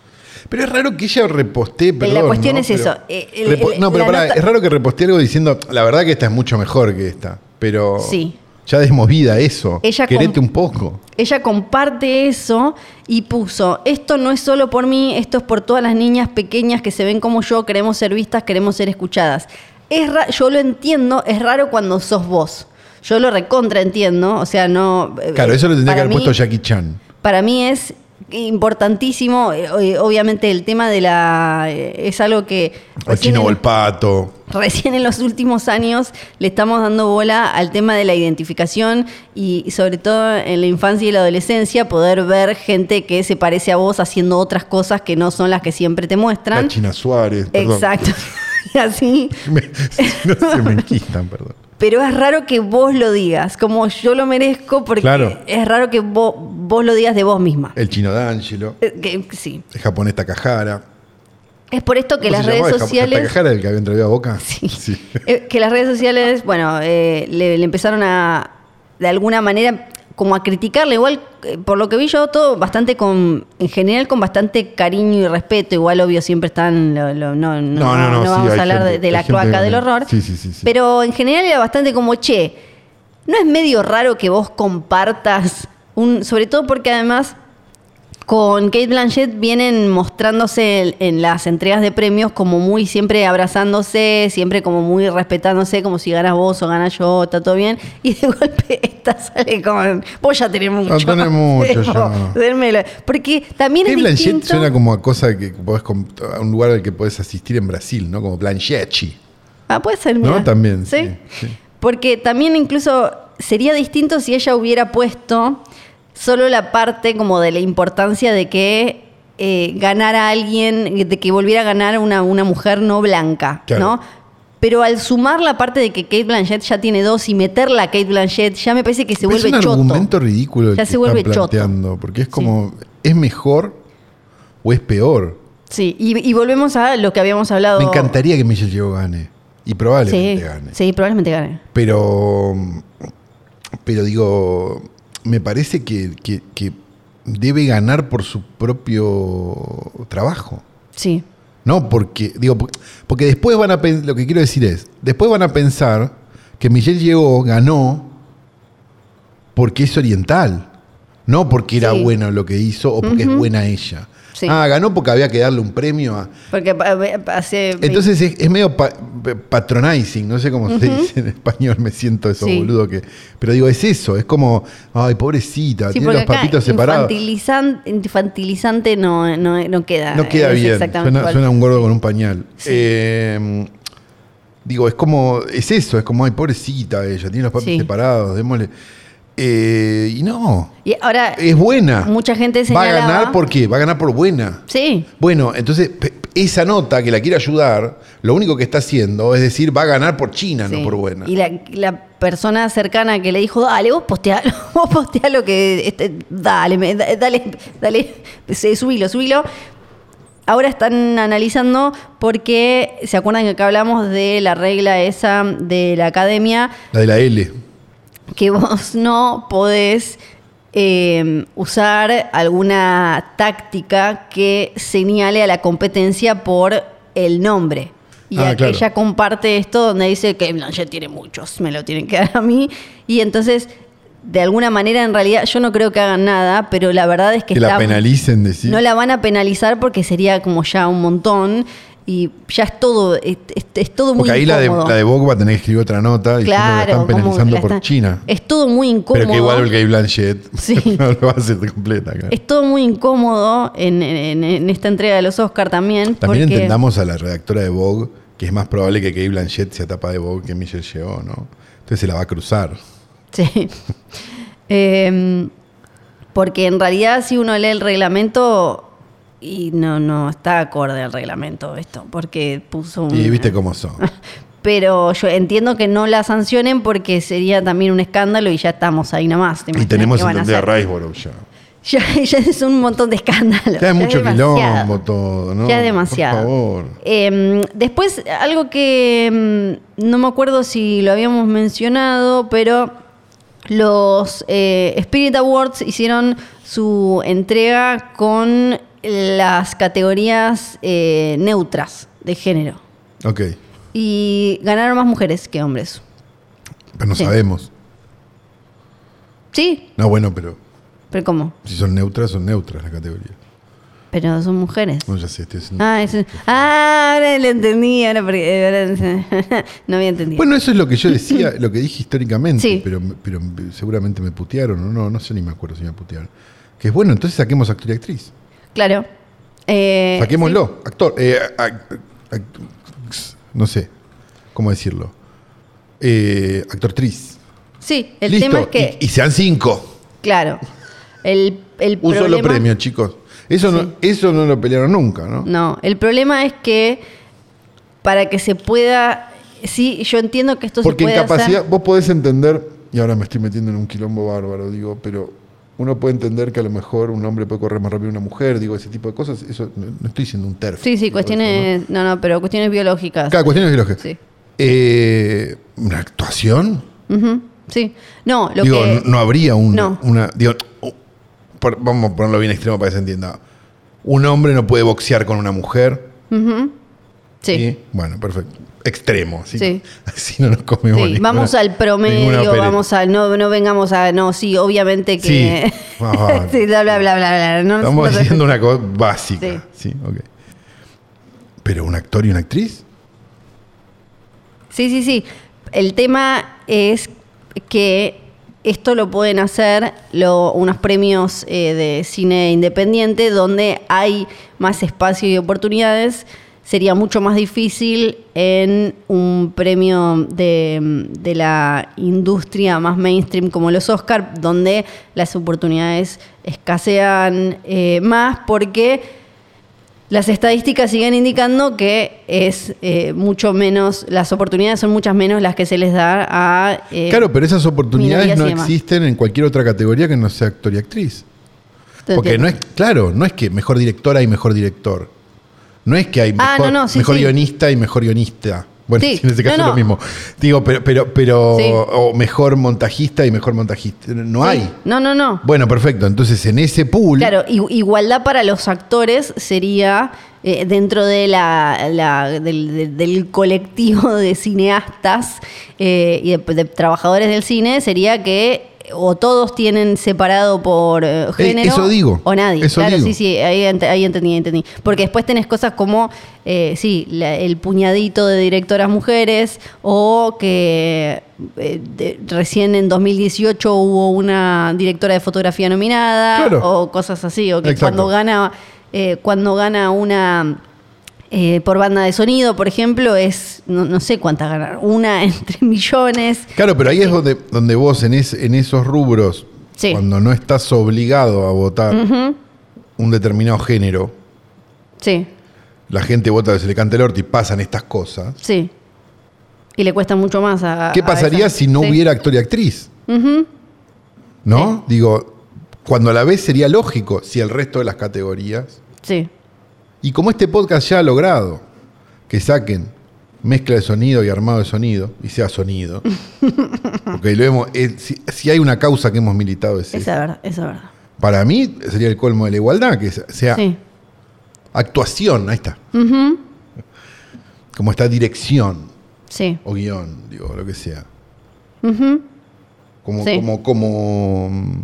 A: Pero es raro que ella repostee, perdón,
B: cuestión
A: ¿no?
B: es
A: Pero-
B: eso, eh, el-
A: Repo-
B: el-
A: no, pero
B: la
A: pará,
B: nota-
A: es raro que repostee algo diciendo, la verdad que esta es mucho mejor que esta. Pero
B: Sí.
A: ya desmovida eso.
B: Ella
A: Querete
B: con-
A: un poco.
B: Ella comparte eso y puso, esto no es solo por mí, esto es por todas las niñas pequeñas que se ven como yo, queremos ser vistas, queremos ser escuchadas. Es ra- yo lo entiendo, es raro cuando sos vos. Yo lo recontra entiendo, o sea, no... eh,
A: Claro, eso lo tendría que
B: para
A: haber
B: mí-
A: puesto Jackie Chan.
B: Para mí es importantísimo, eh, eh, obviamente el tema de la... eh, es algo que...
A: O
B: recién
A: Chino
B: en-
A: Volpato.
B: Recién en los últimos años le estamos dando bola al tema de la identificación y sobre todo en la infancia y la adolescencia poder ver gente que se parece a vos haciendo otras cosas que no son las que siempre te
A: La
B: muestran.
A: China Suárez. Perdón.
B: Exacto. Y Así.
A: Me- no se me enquistan, perdón.
B: Pero es raro que vos lo digas, como yo lo merezco, porque
A: Claro.
B: es raro que vos, vos lo digas de vos misma.
A: El Chino D'Angelo.
B: Eh, que- sí.
A: El japonés Takahara.
B: Es por esto que
A: ¿Cómo
B: las
A: se llamaba
B: redes
A: el japo-
B: sociales...
A: ¿Takahara el que había entrevistado a Boca?
B: Sí. Eh, que las redes sociales, bueno, eh, le, le empezaron a, de alguna manera, como a criticarle. Igual, eh, por lo que vi yo, todo bastante con, en general, con bastante cariño y respeto. Igual, obvio, siempre están, lo- lo- no, no,
A: No, no, no, sí,
B: vamos
A: hay
B: a hablar
A: gente-
B: de, de la
A: hay gente
B: cloaca
A: que-
B: del horror.
A: sí, sí, sí, sí.
B: Pero en general era bastante como, che, ¿no es medio raro que vos compartas un, sobre todo porque además con Kate Blanchett vienen mostrándose en, en las entregas de premios como muy siempre abrazándose, siempre como muy respetándose, como si ganas vos o ganas yo, está todo bien. Y de golpe esta sale con, vos ya tenés mucho.
A: Ya Ah, tenés mucho,
B: Tipo,
A: ya.
B: dénmelo. Porque también
A: Kate
B: es
A: Blanchett
B: distinto.
A: suena como a cosa que podés comp- a un lugar al que podés asistir en Brasil, ¿no? Como Blanchetti.
B: Ah, puede ser,
A: ¿No?
B: mirá.
A: También,
B: ¿Sí?
A: sí, sí.
B: Porque también incluso sería distinto si ella hubiera puesto solo la parte como de la importancia de que eh, ganara alguien, de que volviera a ganar una, una mujer no blanca,
A: Claro.
B: ¿no? Pero al sumar la parte de que Kate Blanchett ya tiene dos y meterla a Kate Blanchett, ya me parece que se
A: Pero
B: vuelve
A: es un
B: choto.
A: argumento ridículo el
B: Ya
A: que
B: se vuelve
A: están
B: choto.
A: planteando, porque es como, ¿es mejor o es peor?
B: Sí, y, y volvemos a lo que habíamos hablado.
A: Me encantaría que Michelle Yeoh gane, y probablemente
B: Oh. Sí,
A: gane.
B: sí, probablemente gane.
A: Pero, pero digo, me parece que, que- que debe ganar por su propio trabajo.
B: Sí.
A: No, porque, digo, por- porque después van a pensar, lo que quiero decir es, después van a pensar que Michelle llegó, ganó, porque es oriental. No porque era
B: Sí.
A: bueno lo que hizo o porque es buena ella.
B: Sí.
A: Ah, ganó porque había que darle un premio a...
B: Porque eh, hace.
A: Entonces es, es medio pa- patronizing, no sé cómo se dice en español, me siento eso,
B: Sí.
A: boludo. que Pero digo, es eso, es como, ay, pobrecita,
B: Sí,
A: tiene
B: porque
A: los
B: acá
A: papitos separados.
B: infantilizan- infantilizante no, no, Ah, no queda.
A: No queda
B: es
A: bien.
B: exactamente
A: Suena,
B: igual.
A: suena un gordo con un pañal. Eh, digo, es como. Es eso, es como, ay, pobrecita ella, tiene los papis
B: Sí.
A: separados, démosle. Eh, y no.
B: Y ahora,
A: Es buena.
B: mucha gente
A: Va a
B: señalaba...
A: ganar por qué? Va a ganar por buena.
B: Sí,
A: Bueno, entonces pe- esa nota que la quiere ayudar, lo único que está haciendo es decir, va a ganar por China,
B: sí.
A: no por buena.
B: Y la, la persona cercana que le dijo, dale, vos postea, vos postea lo que... este, dale, me- da- dale, dale, se- subilo, subilo. Ahora están analizando porque, ¿se acuerdan que acá hablamos de la regla esa de la academia?
A: La de la L.
B: que vos no podés eh, usar alguna táctica que señale a la competencia por el nombre. Y
A: Ah,
B: a-
A: claro.
B: ella comparte esto donde dice que Blanchett tiene muchos, me lo tienen que dar a mí. Y entonces, de alguna manera, en realidad, yo no creo que hagan nada, pero la verdad es que,
A: Que la
B: está-
A: penalicen, decir.
B: no la van a penalizar porque sería como ya un montón. Y ya es todo, es, es- es todo muy
A: Porque ahí la de,
B: incómodo.
A: la de Vogue va a tener que escribir otra nota diciendo que la
B: Claro,
A: están
B: como
A: penalizando
B: la
A: por
B: están-
A: China.
B: Es todo muy incómodo.
A: Pero que igual el Gay Blanchett
B: Sí.
A: no lo va a hacer completa. claro.
B: Es todo muy incómodo en, en- en esta entrega de los Oscar también.
A: También
B: porque-
A: entendamos a la redactora de Vogue que es más probable que Gay Blanchett sea tapa de Vogue que Michelle Yeoh, ¿no? Entonces se la va a cruzar.
B: Sí. Eh, porque en realidad si uno lee el reglamento y no, no está acorde al reglamento esto, porque puso un...
A: Y viste cómo son.
B: Pero yo entiendo que no la sancionen porque sería también un escándalo y ya estamos ahí nomás. ¿te
A: Y
B: imaginas
A: tenemos
B: qué van a
A: entender a
B: hacer?
A: Riceboro ya.
B: Ya, ya es un montón de escándalos.
A: Ya hay
B: es
A: mucho
B: demasiado.
A: quilombo todo, ¿no?
B: Ya es demasiado.
A: Por favor.
B: Eh, después, algo que mm, no me acuerdo si lo habíamos mencionado, pero los eh, Spirit Awards hicieron su entrega con las categorías eh, neutras de género.
A: Ok.
B: Y ganaron más mujeres que hombres.
A: Pero no
B: Sí.
A: sabemos.
B: Sí,
A: No, bueno, pero
B: pero ¿cómo?
A: si son neutras, son neutras las categorías.
B: Pero son mujeres.
A: No, ya sé, estoy haciendo-
B: Ah, eso- ah, ahora lo entendí, ahora, porque- ahora- no había entendido.
A: Bueno, eso es lo que yo decía, lo que dije históricamente,
B: Sí.
A: pero, pero seguramente me putearon o no, no sé ni me acuerdo si me putearon. Que es bueno, entonces saquemos actor y actriz.
B: Claro. Eh,
A: Saquémoslo, actor. eh, ac- act- no sé cómo decirlo. Eh, actor-actriz.
B: Sí, el
A: Listo,
B: tema es que,
A: y, y sean cinco.
B: claro, el, el
A: Un solo
B: problema-
A: premio, chicos. Eso, no, eso no lo pelearon nunca, ¿no?
B: No, el problema es que para que se pueda, sí, yo entiendo que esto
A: Porque
B: se
A: en
B: puede
A: capacidad,
B: hacer.
A: vos podés entender, y ahora me estoy metiendo en un quilombo bárbaro, digo, pero uno puede entender que a lo mejor un hombre puede correr más rápido que una mujer, digo, ese tipo de cosas. Eso no no estoy siendo un terfo.
B: Sí, sí,
A: digo, eso,
B: cuestiones, no, no, pero cuestiones biológicas.
A: ¿no? Cada cuestión es biológica.
B: Sí.
A: Eh, ¿Una actuación?
B: Ujú, sí. No, lo
A: digo,
B: que
A: no, no habría un-
B: No.
A: una. Digo, oh, por- vamos a ponerlo bien extremo para que se entienda. Un hombre no puede boxear con una mujer.
B: sí.
A: ¿sí? Bueno, perfecto. Extremo, así,
B: Sí.
A: así no nos
B: Sí,
A: comemos. ninguna-
B: vamos al
A: ninguna
B: promedio,
A: opereta.
B: vamos al no, no vengamos a no, sí, obviamente que
A: Sí. Ah,
B: Sí, bla bla bla bla bla. No,
A: Estamos
B: nosotros-
A: diciendo una cosa básica. Sí. ok. Pero un actor y una actriz.
B: Sí, sí, sí. El tema es que esto lo pueden hacer lo- unos premios eh, de cine independiente donde hay más espacio y oportunidades. Sería mucho más difícil en un premio de, de la industria más mainstream como los Oscar, donde las oportunidades escasean eh, más porque las estadísticas siguen indicando que es eh, mucho menos, las oportunidades son muchas menos las que se les da a. eh,
A: claro, pero esas oportunidades
B: minorías y
A: no
B: demás.
A: existen en cualquier otra categoría que no sea actor y actriz.
B: te
A: Porque
B: entiendo.
A: no es, claro, no es que mejor directora y mejor director. No es que hay mejor,
B: Ah, no, no, sí,
A: mejor
B: sí.
A: guionista y mejor guionista. Bueno,
B: Sí,
A: en ese caso
B: no,
A: es
B: no.
A: lo mismo. Digo, pero, pero, pero
B: Sí.
A: o mejor montajista y mejor montajista. No
B: Sí.
A: hay.
B: No, no, no.
A: Bueno, perfecto. Entonces, en ese pool.
B: Claro, i- igualdad para los actores sería eh, dentro de la, la- del, del- del colectivo de cineastas eh, y de, de trabajadores del cine, sería que o todos tienen separado por eh, género
A: eso digo,
B: o nadie.
A: eso
B: claro,
A: digo.
B: sí, sí, ahí, ent- ahí entendí, ahí entendí. Porque después tenés cosas como, eh, sí, la- el puñadito de directoras mujeres o que eh, de- recién en 2018 hubo una directora de fotografía nominada
A: Claro.
B: o cosas así, o que
A: Exacto.
B: cuando gana, eh, cuando gana una eh, por banda de sonido, por ejemplo, es no, no sé cuántas ganar, una entre millones.
A: Claro, pero ahí es donde, donde vos en, es- en esos rubros,
B: Sí.
A: cuando no estás obligado a votar un determinado género,
B: Sí,
A: la gente vota que se le canta el orto y pasan estas cosas.
B: sí. Y le cuesta mucho más a.
A: ¿Qué
B: a
A: pasaría
B: esa-
A: si no
B: Sí.
A: hubiera actor y actriz? ¿No? Digo, cuando a la vez sería lógico si el resto de las categorías.
B: Sí.
A: Y como este podcast ya ha logrado que saquen mezcla de sonido y armado de sonido, y sea sonido, porque lo hemos, eh, si, si hay una causa que hemos militado es
B: Esa es verdad, esa es verdad.
A: Para mí sería el colmo de la igualdad, que sea
B: Sí.
A: actuación, ahí está. Como está dirección
B: Sí.
A: o guión, digo, lo que sea. como,
B: Sí.
A: como, como, mm,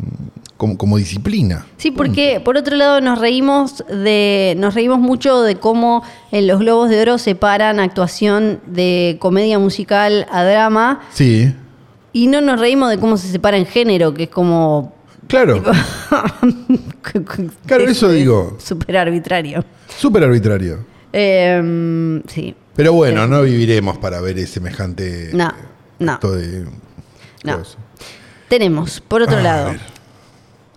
A: como, como disciplina.
B: Sí,
A: Mm.
B: porque por otro lado nos reímos de nos reímos mucho de cómo en los Globos de Oro separan actuación de comedia musical a drama
A: Sí.
B: y no nos reímos de cómo se separa en género, que es como
A: Claro, Claro, eso digo.
B: Súper arbitrario.
A: súper arbitrario.
B: Eh, sí.
A: Pero bueno, Eh, no viviremos para ver semejante
B: No, no.
A: acto de
B: No.
A: cosa.
B: Tenemos, por otro
A: A
B: lado,
A: ver.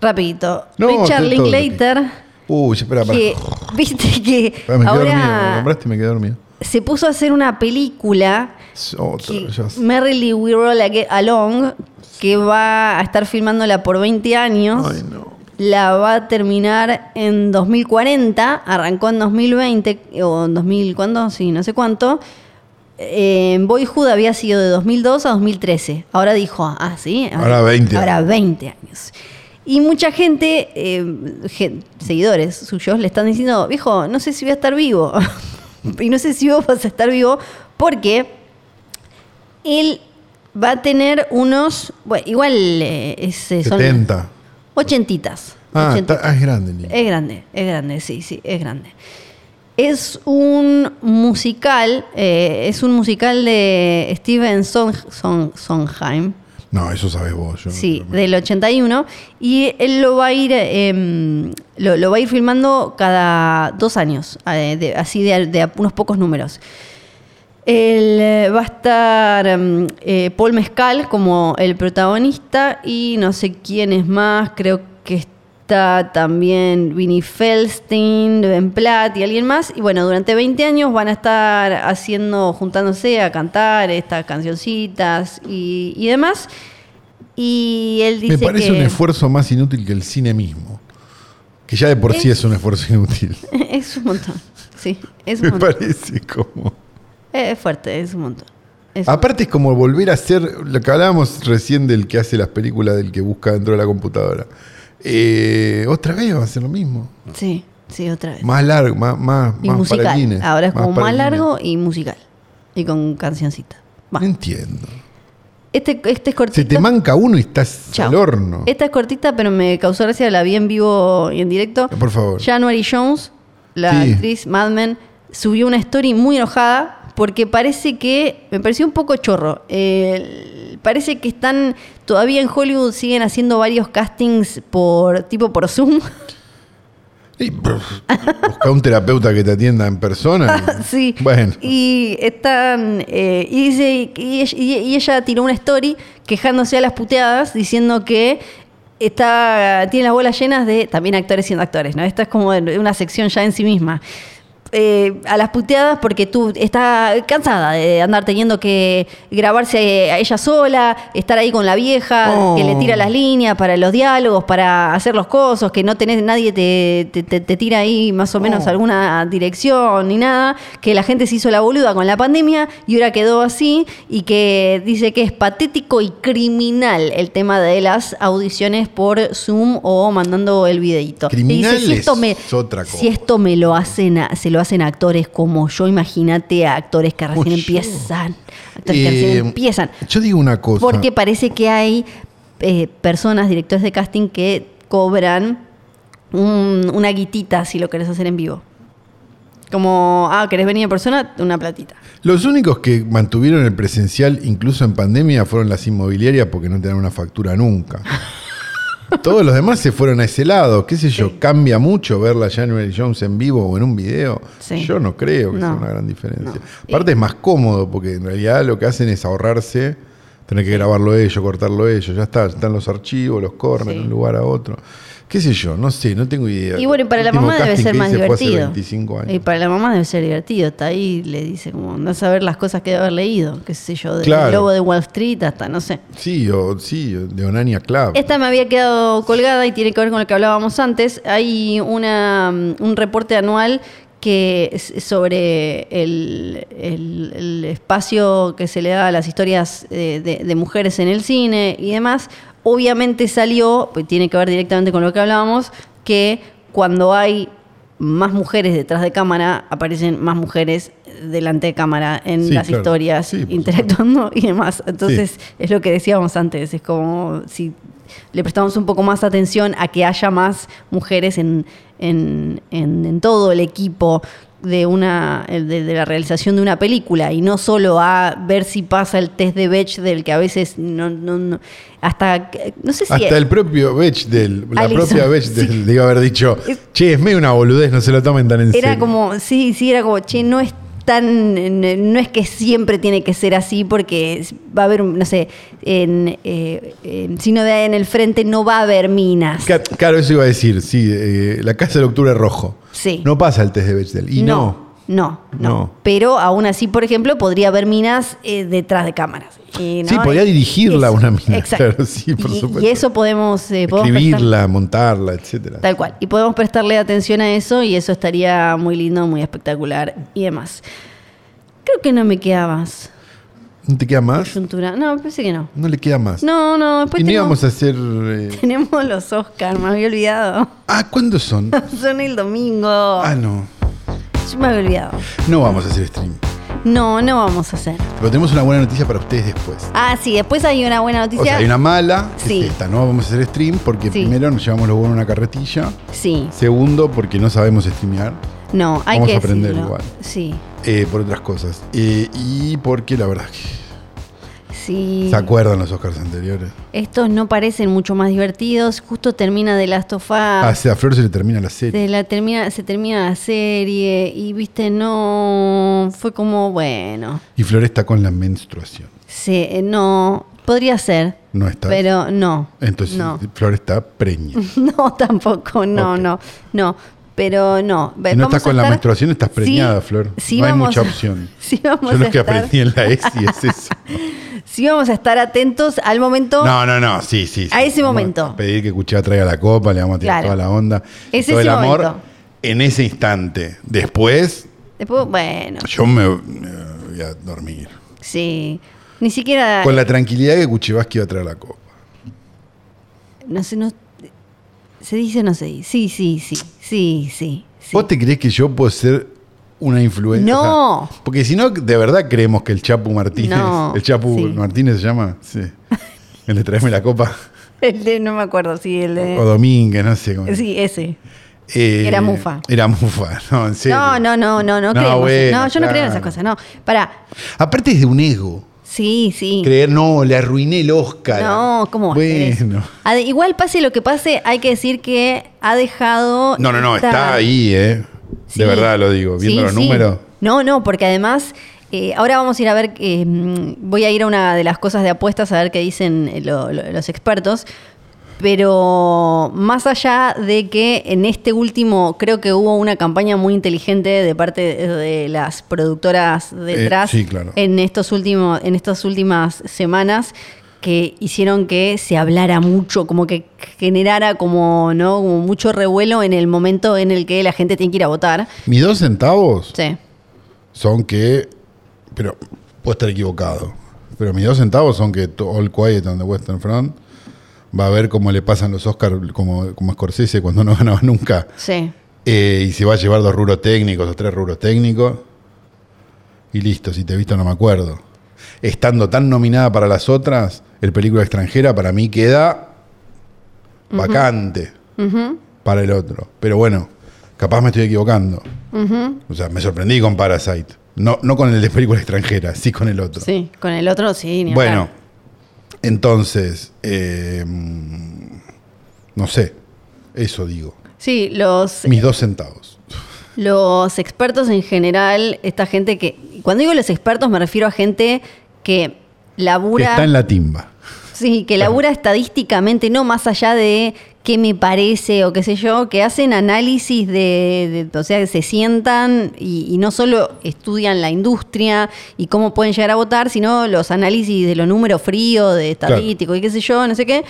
B: rapidito,
A: No,
B: Richard
A: estoy todo
B: Linklater,
A: Uy, espera, pará.
B: que viste que
A: Pará, me quedé dormido. Me
B: ahora
A: nombraste y me quedé dormido.
B: se puso a hacer una película
A: Otra,
B: que
A: ya sé.
B: Merrily We Roll Ag- Along, que va a estar filmándola por 20 años.
A: Ay, no.
B: La va a terminar en 2040, arrancó en 2020, o en 2000, ¿cuándo? Sí, no sé cuánto. Eh, En Boyhood había sido de 2002 a 2013. Ahora dijo, ah, sí.
A: Ahora 20.
B: Ahora 20 años. Y mucha gente, eh, gen- seguidores suyos, le están diciendo, viejo, no sé si voy a estar vivo. y no sé si vos vas a estar vivo porque él va a tener unos, bueno, igual eh, es, eh, son
A: 70.
B: ochentitas.
A: Ah,
B: ochentitas.
A: está- ah, es grande el niño.
B: Es grande, es grande, sí, sí, es grande. Es un musical, eh, es un musical de Steven Son, Son- Sondheim,
A: No, eso sabes vos. Yo no
B: sí,
A: creo.
B: del 81, y él lo va a ir, em, lo, lo va a ir filmando cada dos años, eh, de- así de, de a unos pocos números. El, eh, va a estar em, eh, Paul Mezcal como el protagonista y no sé quién es más, creo que está también Vinnie Feldstein, Ben Platt y alguien más. Y bueno, durante 20 años van a estar haciendo, juntándose a cantar estas cancioncitas y, y demás. Y él dice
A: Me parece
B: que
A: un esfuerzo más inútil que el cine mismo. Que ya de por sí es un esfuerzo inútil.
B: es un montón. Sí, es un
A: Me
B: montón.
A: parece como.
B: Eh, Es fuerte, es un montón. Es un-
A: Aparte es como volver a hacer lo que hablábamos recién del que hace las películas, del que busca dentro de la computadora. Eh, otra vez va a ser lo mismo.
B: sí, sí, otra vez.
A: Más largo, más, más,
B: Y
A: más
B: musical.
A: para el cine,
B: Ahora es como
A: para
B: más
A: el cine.
B: largo y musical. Y con cancioncita. Va.
A: No entiendo.
B: Este, este es cortita.
A: Se te manca uno y estás
B: Chao.
A: al horno.
B: Esta es cortita, pero me causó gracia. La vi en vivo y en directo.
A: Por favor.
B: January Jones, la
A: Sí.
B: actriz Mad Men, subió una story muy enojada porque parece que. Me pareció un poco chorro. Eh, parece que están. Todavía en Hollywood siguen haciendo varios castings por tipo por Zoom.
A: Y, brr, busca un terapeuta que te atienda en persona.
B: sí.
A: Bueno.
B: Y están. eh, y, dice, y, ella- y- y ella tiró una story quejándose a las puteadas, diciendo que está tiene las bolas llenas de también actores siendo actores, ¿no? Esta es como de una sección ya en sí misma. Eh, a las puteadas porque tú estás cansada de andar teniendo que grabarse a ella sola, estar ahí con la vieja,
A: Oh.
B: que le tira las líneas para los diálogos, para hacer los cosos, que no tenés, nadie te, te- te- te tira ahí más o menos
A: Oh.
B: alguna dirección ni nada, que la gente se hizo la boluda con la pandemia y ahora quedó así y que dice que es patético y criminal el tema de las audiciones por Zoom o mandando el videíto. Y dice,
A: Criminal
B: si esto
A: es
B: me,
A: otra
B: Si
A: cosa.
B: esto me lo hacen, a- se lo hacen a actores como yo, imagínate a actores que recién
A: yo.
B: empiezan. Actores que
A: Eh,
B: recién empiezan.
A: Yo digo una cosa.
B: Porque parece que hay eh, personas, directores de casting, que cobran un- una guitita si lo querés hacer en vivo. Como, ah, querés venir en persona, una platita.
A: Los únicos que mantuvieron el presencial, incluso en pandemia, fueron las inmobiliarias porque no tenían una factura nunca. Todos los demás se fueron a ese lado. ¿Qué sé yo? ¿Cambia mucho verla a January Jones en vivo o en un video?
B: Sí.
A: Yo no creo que
B: No.
A: sea una gran diferencia.
B: No.
A: Aparte, es más cómodo porque en realidad lo que hacen es ahorrarse, tener que grabarlo ellos, cortarlo ellos. Ya está, están los archivos, los corren
B: Sí.
A: de un lugar a otro. ¿Qué sé yo? No sé, no tengo idea.
B: Y bueno, y para
A: El
B: la
A: último
B: mamá debe
A: casting
B: ser
A: que
B: más
A: hice fue hace
B: divertido.
A: 25 años.
B: Y para la mamá debe ser divertido. Está ahí, le dice, como, no saber las cosas que debe haber leído. Qué sé yo, del
A: Claro.
B: lobo de Wall Street hasta, no sé.
A: Sí, o, sí, o de Onania Club.
B: Esta me había quedado colgada y tiene que ver con lo que hablábamos antes. Hay una, mm, un reporte anual que es sobre el, el- el espacio que se le da a las historias eh, de, de mujeres en el cine y demás. Obviamente salió, pues tiene que ver directamente con lo que hablábamos, que cuando hay más mujeres detrás de cámara, aparecen más mujeres delante de cámara en
A: Sí,
B: las
A: claro.
B: historias
A: Sí, por
B: interactuables actuando y demás. Entonces, es lo que decíamos antes, es como si le prestamos un poco más atención a que haya más mujeres en, en, en- en todo el equipo de una eh, de, de la realización de una película y no solo a ver si pasa el test de Bech del que a veces no, no, no- hasta que- no sé si
A: Hasta el propio Bechdel, la
B: eh. Alison,
A: propia Bechdel,
B: sí.
A: le iba a haber dicho,
B: Es-
A: che, es medio una boludez, no se lo tomen tan en
B: era
A: serio.
B: como sí sí era como che no es tan. No es que siempre tiene que ser así, porque va a haber, no sé, en, eh, en- si no de ahí en el frente no va a haber minas.
A: Ca- Claro, eso iba a decir, sí, eh, la casa de octubre es rojo.
B: Sí.
A: No pasa el test de Bechdel. Y no.
B: No, no,
A: No.
B: Pero aún así, por ejemplo, podría haber minas eh, detrás de cámaras. Y,
A: Sí,
B: ¿no?
A: podría dirigirla
B: Eso,
A: una mina,
B: Exacto.
A: claro, sí, por
B: Y-
A: supuesto.
B: Y eso podemos, eh, podemos prestar-
A: Escribirla, montarla, etcétera.
B: Tal cual. Y podemos prestarle atención a eso y eso estaría muy lindo, muy espectacular y demás. Creo que no me queda más.
A: ¿No te queda más?
B: Coyuntura. No, pensé que no.
A: No le queda más.
B: No, pues no, después
A: y no
B: tengo-
A: íbamos a hacer. eh,
B: tenemos los Oscars, me había olvidado.
A: Ah, ¿cuándo son?
B: Son el domingo.
A: Ah, no.
B: Yo me había olvidado.
A: No vamos a hacer stream.
B: No, no vamos a hacer.
A: Pero tenemos una buena noticia para ustedes después.
B: Ah, sí, después hay una buena noticia.
A: O sea, hay una mala, que
B: Sí.
A: es esta, no vamos a hacer stream porque
B: Sí.
A: primero nos llevamos lo bueno en una carretilla.
B: Sí,
A: Segundo, porque no sabemos streamear,
B: no, hay
A: Vamos
B: que
A: a aprender
B: decirlo.
A: igual.
B: Sí,
A: eh, por otras cosas. Eh, y porque la verdad que.
B: sí.
A: ¿Se acuerdan los Oscars anteriores?
B: Estos no parecen mucho más divertidos. Justo termina de Last of Us.
A: Ah, sí, a Flor se le termina la serie.
B: Se, la termina, se termina la serie y viste, no. Fue como, bueno.
A: Y Flor está con la menstruación.
B: se- no, podría ser.
A: No está.
B: Pero no.
A: Entonces,
B: No,
A: Flor está preña.
B: No, tampoco, no,
A: Ok.
B: no, no. Pero no. Ve-
A: Si no
B: vamos
A: estás
B: a
A: con la
B: estar-
A: menstruación, estás
B: Sí,
A: preñada, Flor.
B: sí
A: no hay
B: vamos
A: mucha
B: a-
A: opción.
B: Sí vamos,
A: Yo
B: a
A: lo que
B: estar,
A: aprendí en la ESI es eso.
B: sí vamos a estar atentos al momento.
A: No, no, no, sí, sí. sí.
B: A ese
A: Vamos
B: momento.
A: a pedir que Cuchea traiga la copa, le vamos a tirar
B: Claro.
A: toda la onda. y
B: Es
A: todo
B: ese
A: el amor
B: momento.
A: en ese instante. Después,
B: Después, bueno,
A: yo me, me voy a dormir.
B: sí. Ni siquiera.
A: Con la tranquilidad que Cuchevaski iba a traer la copa.
B: No sé, no. ¿Se dice o no se dice? Sí, sí, sí. Sí, sí. sí.
A: ¿Vos te crees que yo puedo ser una influencia?
B: No.
A: porque si no, de verdad creemos que el Chapu Martínez.
B: No,
A: El Chapu
B: sí.
A: Martínez se llama. Sí. El de traerme la copa.
B: El de, no me acuerdo, sí, el
A: O
B: de.
A: Domínguez, no sé cómo.
B: Sí, ese.
A: Eh,
B: Era Mufa.
A: Era Mufa, no, en serio.
B: No, no, no, no, no,
A: No,
B: creemos.
A: bueno,
B: no, yo no creo
A: claro.
B: en esas cosas, no. Pará.
A: Aparte es de un ego.
B: Sí, sí.
A: Creer, no, le arruiné el Oscar.
B: No, ¿cómo va a ser eso?
A: Bueno.
B: A de- Igual pase lo que pase, hay que decir que ha dejado.
A: No, no, no, está
B: esta-
A: ahí, ¿eh?
B: Sí.
A: De verdad lo digo, viendo
B: Sí,
A: los
B: sí.
A: números.
B: No, no, porque además. eh, ahora vamos a ir a ver, eh, mm, voy a ir a una de las cosas de apuestas a ver qué dicen eh, lo- lo- los expertos, pero más allá de que en este último creo que hubo una campaña muy inteligente de parte de, de las productoras detrás
A: Eh, sí, claro.
B: en estos últimos, en estas últimas semanas que hicieron que se hablara mucho, como que generara como, ¿no? como mucho revuelo en el momento en el que la gente tiene que ir a votar.
A: Mis dos centavos
B: Sí.
A: son que. Pero puedo estar equivocado. Pero mis dos centavos son que to- All Quiet on the Western Front va a ver cómo le pasan los Oscars como, como Scorsese cuando no ganaba nunca.
B: Sí.
A: Eh, y se va a llevar dos rubros técnicos o tres rubros técnicos. Y listo, si te he visto no me acuerdo. Estando tan nominada para las otras, el película extranjera para mí queda vacante para el otro. Pero bueno, capaz me estoy equivocando. O sea, me sorprendí con Parasite. No, no con el de película extranjera, sí con el otro.
B: Sí, con el otro sí. ni
A: bueno,
B: hablar.
A: entonces, eh, no sé, eso digo.
B: Sí, los,
A: Mis dos centavos.
B: los expertos en general, esta gente que. Cuando digo los expertos, me refiero a gente que
A: Que
B: labura.
A: está en la timba.
B: Sí, que labura estadísticamente, no más allá de qué me parece o qué sé yo, que hacen análisis de, de- o sea, que se sientan y, y no solo estudian la industria y cómo pueden llegar a votar, sino los análisis de los números fríos, de estadísticos y qué sé yo, no sé qué.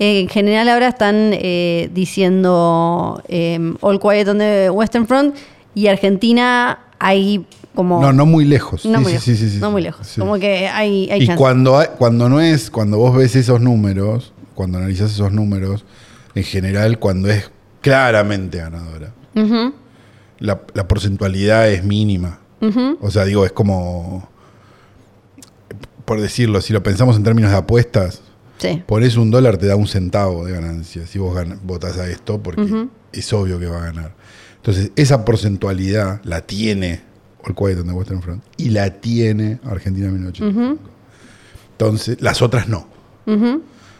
B: Eh, en general ahora están eh, diciendo eh, All Quiet on the Western Front y Argentina hay como...
A: No, no muy lejos.
B: no
A: Sí,
B: muy
A: sí,
B: lejos.
A: sí, sí, sí,
B: no
A: sí.
B: muy lejos.
A: Sí.
B: Como que hay, hay
A: y
B: chance.
A: cuando, hay- cuando no es, cuando vos ves esos números, cuando analizás esos números, en general, cuando es claramente ganadora,
B: Ujú.
A: la, la porcentualidad es mínima. O sea, digo, es como, por decirlo, si lo pensamos en términos de apuestas,
B: Sí.
A: pones un dólar, te da un centavo de ganancia si vos gan- votás a esto, porque es obvio que va a ganar. Entonces, esa porcentualidad la tiene All Quiet on the Western Front y la tiene Argentina 1985. Entonces, las otras no.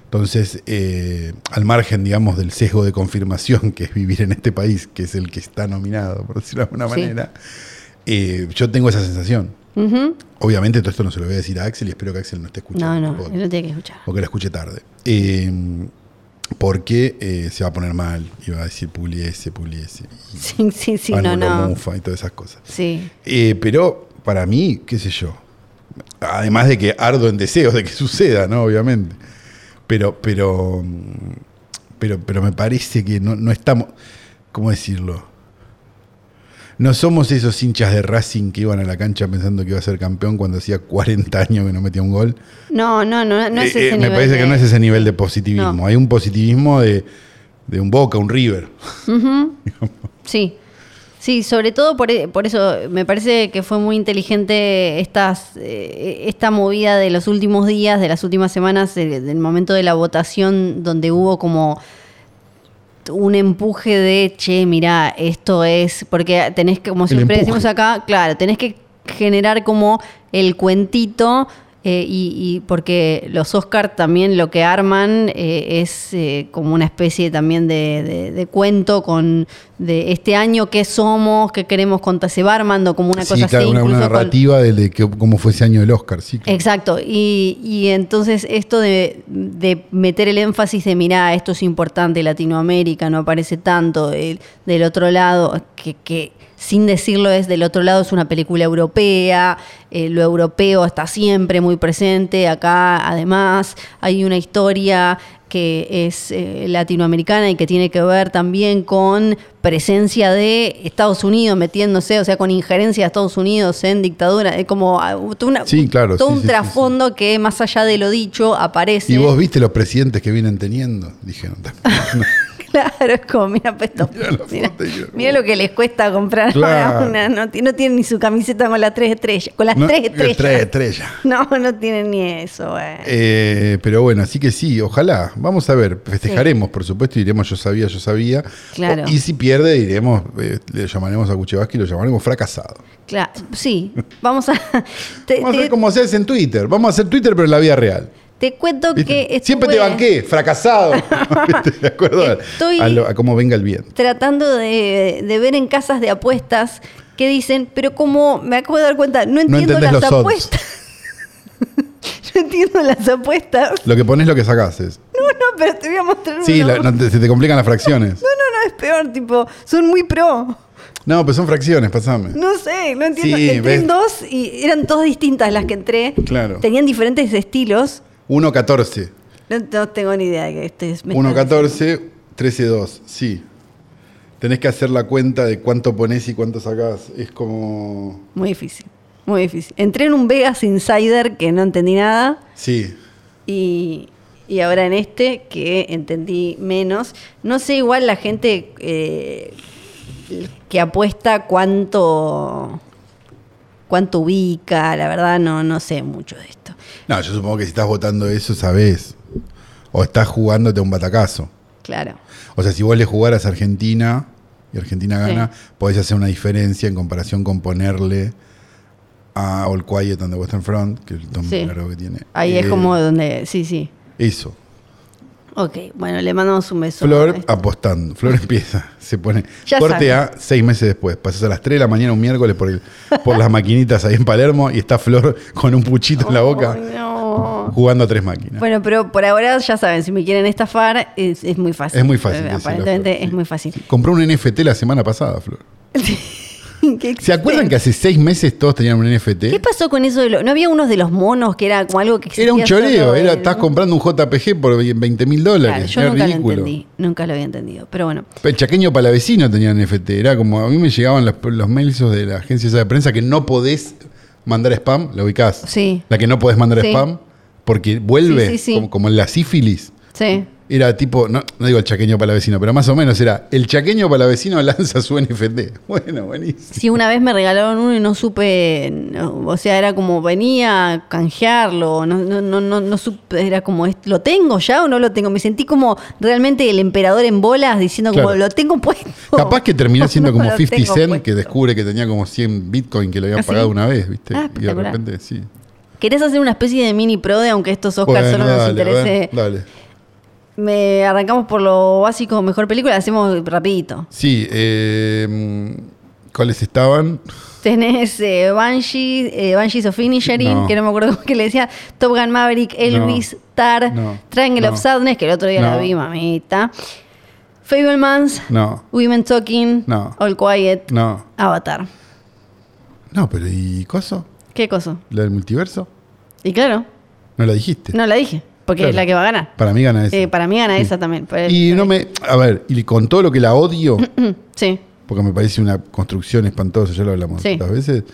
A: Entonces, eh, al margen, digamos, del sesgo de confirmación que es vivir en este país, que es el que está nominado, por decirlo de alguna
B: Sí.
A: manera, Eh, yo tengo esa sensación. Obviamente todo esto no se lo voy a decir a Axel y espero que Axel no esté
B: No,
A: escuchando. este
B: no,
A: porque-
B: él lo tiene que escuchar.
A: porque la escuché tarde. Eh, porque eh, se va a poner mal y va a decir Pugliese, Pugliese. y
B: Sí, sí, sí, no,
A: Pablo
B: no.
A: Mufa y todas esas cosas.
B: Sí.
A: Eh, pero para mí, qué sé yo. Además de que ardo en deseos de que suceda, ¿no? Obviamente. Pero, pero, mm, pero, pero me parece que no, no estamos. ¿Cómo decirlo? No somos esos hinchas de Racing que iban a la cancha pensando que iba a ser campeón cuando hacía 40 años que no metía un gol.
B: No, no, no, no es
A: Eh,
B: ese
A: eh,
B: nivel.
A: me parece
B: de-
A: que no es ese nivel de positivismo.
B: No.
A: Hay un positivismo de, de un Boca, un River.
B: Sí. Sí, sobre todo por, e- por eso me parece que fue muy inteligente estas, eh, esta movida de los últimos días, de las últimas semanas, eh, del momento de la votación, donde hubo como un empuje de, che, mirá, esto es, porque tenés que, como
A: El
B: siempre
A: empuje.
B: decimos acá, claro, tenés que generar como el cuentito. eh, y, y porque los Oscar también lo que arman eh, es eh, como una especie también de, de- de cuento con de este año qué somos, qué queremos contar, se va armando como una
A: Sí,
B: cosa
A: claro,
B: así.
A: una, una
B: incluso con- Eh,
A: narrativa de, de que- cómo fue ese año del Oscar. Sí, claro.
B: Exacto, y, y entonces esto de, de meter el énfasis de, mirá, esto es importante, Latinoamérica no aparece tanto, el- del otro lado, que, que sin decirlo es, del otro lado es una película europea, eh, lo europeo está siempre muy presente, acá además hay una historia que es eh, latinoamericana y que tiene que ver también con presencia de Estados Unidos metiéndose, o sea, con injerencia de Estados Unidos en dictadura, es como ah, una,
A: Sí, claro,
B: todo
A: sí,
B: un
A: sí, sí,
B: trasfondo que más allá de lo dicho aparece.
A: Y vos viste los presidentes que vienen teniendo, dijeron también.
B: Claro, es como, mira, pues, esto-
A: Mirá la
B: mira,
A: foto y yo-
B: mira lo que les cuesta comprar
A: Claro.
B: una, no, ti- no tienen ni su camiseta con las tres estrellas, con las
A: No, eh,
B: tres estrellas.
A: tres estrellas.
B: No, no tienen ni eso. güey.
A: Eh, pero bueno, así que sí, ojalá. Vamos a ver, festejaremos, por supuesto, y diremos yo sabía, yo sabía.
B: Claro.
A: O- y si pierde, diremos, eh, le llamaremos a Kuchevaski y lo llamaremos fracasado.
B: Claro, sí, vamos a... te-
A: Vamos a
B: te-
A: ver cómo se hace en Twitter. Vamos a hacer Twitter, pero en la vida real.
B: Te cuento
A: ¿Viste?
B: que
A: Siempre te
B: estuve
A: banqué, fracasado. ¿Viste? de acuerdo a-
B: Estoy-
A: a, lo- a cómo venga el bien.
B: tratando de, de ver en casas de apuestas que dicen, pero como me acabo de dar cuenta, no entiendo
A: entendés
B: las
A: los odds.
B: apuestas. no entiendo las apuestas.
A: Lo que pones, lo que sacás. es-
B: No, no, pero te voy a mostrar
A: Sí,
B: uno.
A: la- no te- se te complican las fracciones.
B: No, no, no, es peor, tipo, son muy pro.
A: No, pues son fracciones, pasame.
B: No sé, no entiendo.
A: Sí,
B: entré en
A: ves.
B: dos y eran todas distintas las que entré.
A: Claro.
B: Tenían diferentes estilos.
A: 1.14.
B: No, no tengo ni idea de que este es... me están
A: 1.14, 13.2. Sí. Tenés que hacer la cuenta de cuánto pones y cuánto sacás. Es como.
B: Muy difícil, muy difícil. Entré en un Vegas Insider que no entendí nada
A: Sí.
B: y, y ahora en este que entendí menos. No sé igual la gente eh, que apuesta cuánto, cuánto ubica, la verdad no, no sé mucho de esto.
A: No, yo supongo que si estás votando eso, sabés. O estás jugándote un batacazo.
B: Claro.
A: O sea, si vos le jugaras a Argentina y Argentina
B: Sí.
A: gana, podés hacer una diferencia en comparación con ponerle a All Quiet on the Western Front, que es el tono
B: Sí.
A: largo que tiene.
B: Ahí es
A: Eh,
B: como donde... Sí, sí.
A: Eso.
B: Ok, bueno, le mandamos un beso. este.
A: Flor apostando. Flor empieza, se pone.
B: Ya
A: corte
B: sabe.
A: a seis meses después. Pasas a las 3 de la mañana un miércoles por, el- por las maquinitas ahí en Palermo y está Flor con un puchito en la boca
B: Ay, no.
A: jugando a tres máquinas.
B: Bueno, pero por ahora ya saben, si me quieren estafar, es, es muy fácil.
A: es muy fácil.
B: Eh,
A: decirlo,
B: Aparentemente
A: Flor,
B: es
A: sí.
B: muy fácil.
A: Compró un NFT la semana pasada, Flor.
B: ¿Qué,
A: ¿Se acuerdan que hace seis meses todos tenían un NFT?
B: ¿Qué pasó con eso? De lo- ¿No había unos de los monos que era como algo que existía?
A: ¿Eh? Era un choreo,
B: solo
A: era,
B: en-
A: estás comprando un JPG por 20 mil
B: Claro,
A: dólares.
B: yo
A: era
B: nunca
A: ridículo.
B: lo entendí, nunca lo había entendido. Pero bueno,
A: El chaqueño palavecino tenía NFT. Era como, a mí me llegaban las- los mails esos de la agencia esa de prensa que no podés mandar spam, la ubicás.
B: Sí.
A: La que no podés mandar
B: Sí.
A: spam porque vuelve
B: Sí, sí, sí.
A: Como, como en la sífilis.
B: sí.
A: Era tipo, no, no digo el chaqueño palavecino, pero más o menos era el chaqueño palavecino lanza su NFT. Bueno, buenísimo.
B: Sí, una vez me regalaron uno y no supe, no, o sea, era como venía a canjearlo, no, no, no, no, no supe, era como, ¿es- ¿lo tengo ya o no lo tengo? Me sentí como realmente el emperador en bolas diciendo como,
A: Claro.
B: lo tengo puesto.
A: Capaz que terminó siendo
B: Oh, No,
A: como
B: lo
A: 50
B: tengo
A: Cent
B: puesto.
A: que descubre que tenía como 100 Bitcoin que le habían
B: ¿Ah, sí?
A: pagado una vez, ¿viste?
B: Ah,
A: y de
B: espectacular.
A: repente, sí.
B: ¿Querés hacer una especie de mini prode, aunque estos Oscars
A: Bueno,
B: solo nos
A: dale, a ver,
B: interese?
A: dale.
B: Me arrancamos por lo básico, mejor película, hacemos rapidito.
A: Sí, eh, ¿cuáles em, estaban?
B: Tenés eh, Banshee, eh, Banshees of Inisherin,
C: No.
B: que no me acuerdo cómo que le decía, Top Gun Maverick, Elvis, Tar,
C: No.
B: Triangle
C: No.
B: of Sadness, que el otro día la
C: No.
B: vi, mamita. Fablemans,
C: No,
B: Women Talking,
C: No.
B: All Quiet,
C: no.
B: Avatar.
A: No, pero ¿y coso?
B: ¿Qué cosa?
A: ¿La del multiverso?
B: Y claro,
A: No la dijiste.
B: no la dije, porque
A: Claro.
B: es la que va a ganar.
A: Para mí gana esa.
B: Eh, para mí gana esa también. pero-
A: y no me. A ver, y con todo lo que la odio,
B: Sí.
A: porque me parece una construcción espantosa, ya lo hablamos
B: Sí.
A: otras veces,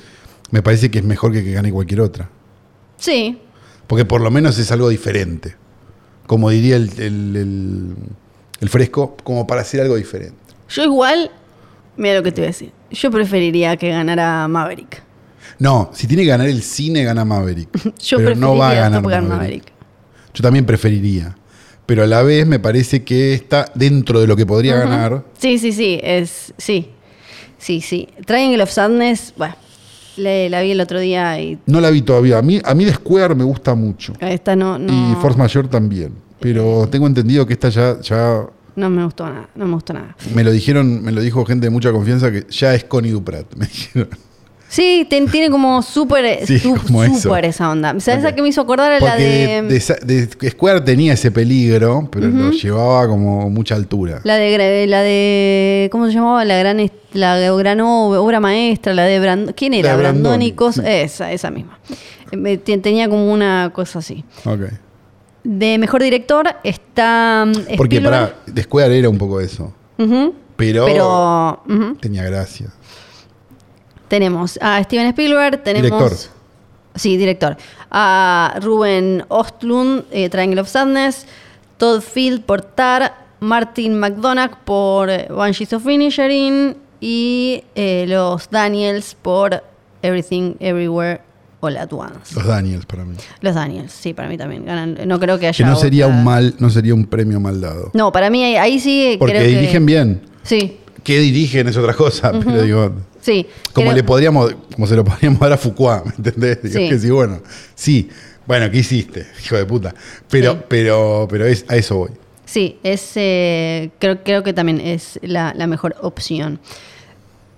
A: me parece que es mejor que que gane cualquier otra.
B: Sí,
A: Porque por lo menos es algo diferente. Como diría el, el- el- el fresco, como para hacer algo diferente.
B: Yo igual, mira lo que te voy a decir. Yo preferiría que ganara Maverick.
A: No, si tiene que ganar el cine, gana Maverick.
B: Yo
A: pero
B: preferiría
A: no va a ganar
B: Top
A: Maverick.
B: Gun Maverick.
A: Yo también preferiría. Pero a la vez me parece que está dentro de lo que podría
B: Ajá.
A: ganar.
B: Sí, sí, sí, es sí. Sí, sí. Triangle of Sadness, bueno, le- la vi el otro día y
A: No la vi todavía. A mí, a mí The Square me gusta mucho.
B: a esta no no,
A: Y Force Mayor también. Pero tengo entendido que esta ya, ya
B: no me gustó nada, no me gustó nada.
A: me lo dijeron, me lo dijo gente de mucha confianza que ya es Connie Duprat. Me dijeron.
B: Sí, ten- tiene como súper
A: Sí,
B: su-
A: como eso.
B: súper esa onda. ¿Sabes
A: Ok.
B: a qué me hizo acordar a la
A: Porque
B: de,
A: de, esa- de Square tenía ese peligro, pero lo llevaba como mucha altura.
B: la de gra- la de cómo se llamaba la gran est- la gran ob- obra maestra, la de Brand- ¿quién era?
A: La de Brandoni.
B: Brandónicos, esa, esa misma. Eh, me- te- Tenía como una cosa así.
A: Ok.
B: De mejor director está mm,
A: Porque
B: Spielberg.
A: para The Square era un poco eso.
B: Ujú.
A: Pero,
B: Pero ujú.
A: tenía gracia.
B: tenemos a Steven Spielberg, tenemos.
A: Director.
B: Sí, director. A Ruben Ostlund, eh, Triangle of Sadness. Todd Field por Tar. Martin McDonagh por Banshees of Inisherin. Y eh, los Daniels por Everything, Everywhere, All at Once.
A: Los Daniels para mí.
B: Los Daniels, sí, para mí también. Ganan, no creo que haya.
A: Que no sería
B: otra-
A: un mal, no sería un premio mal dado.
B: No, para mí ahí, ahí sí.
A: Porque
B: creo que-
A: dirigen bien.
B: Sí,
A: ¿Qué dirigen es otra cosa? Pero digo,
B: sí.
A: como
B: creo-
A: le podríamos, como se lo podríamos dar a Foucault, ¿me entendés? Digo,
B: Sí.
A: que sí, bueno. Sí. Bueno, ¿qué hiciste? Hijo de puta. Pero,
B: Sí.
A: pero, pero es, a eso voy.
B: Sí, es, eh, creo, creo que también es la, la mejor opción.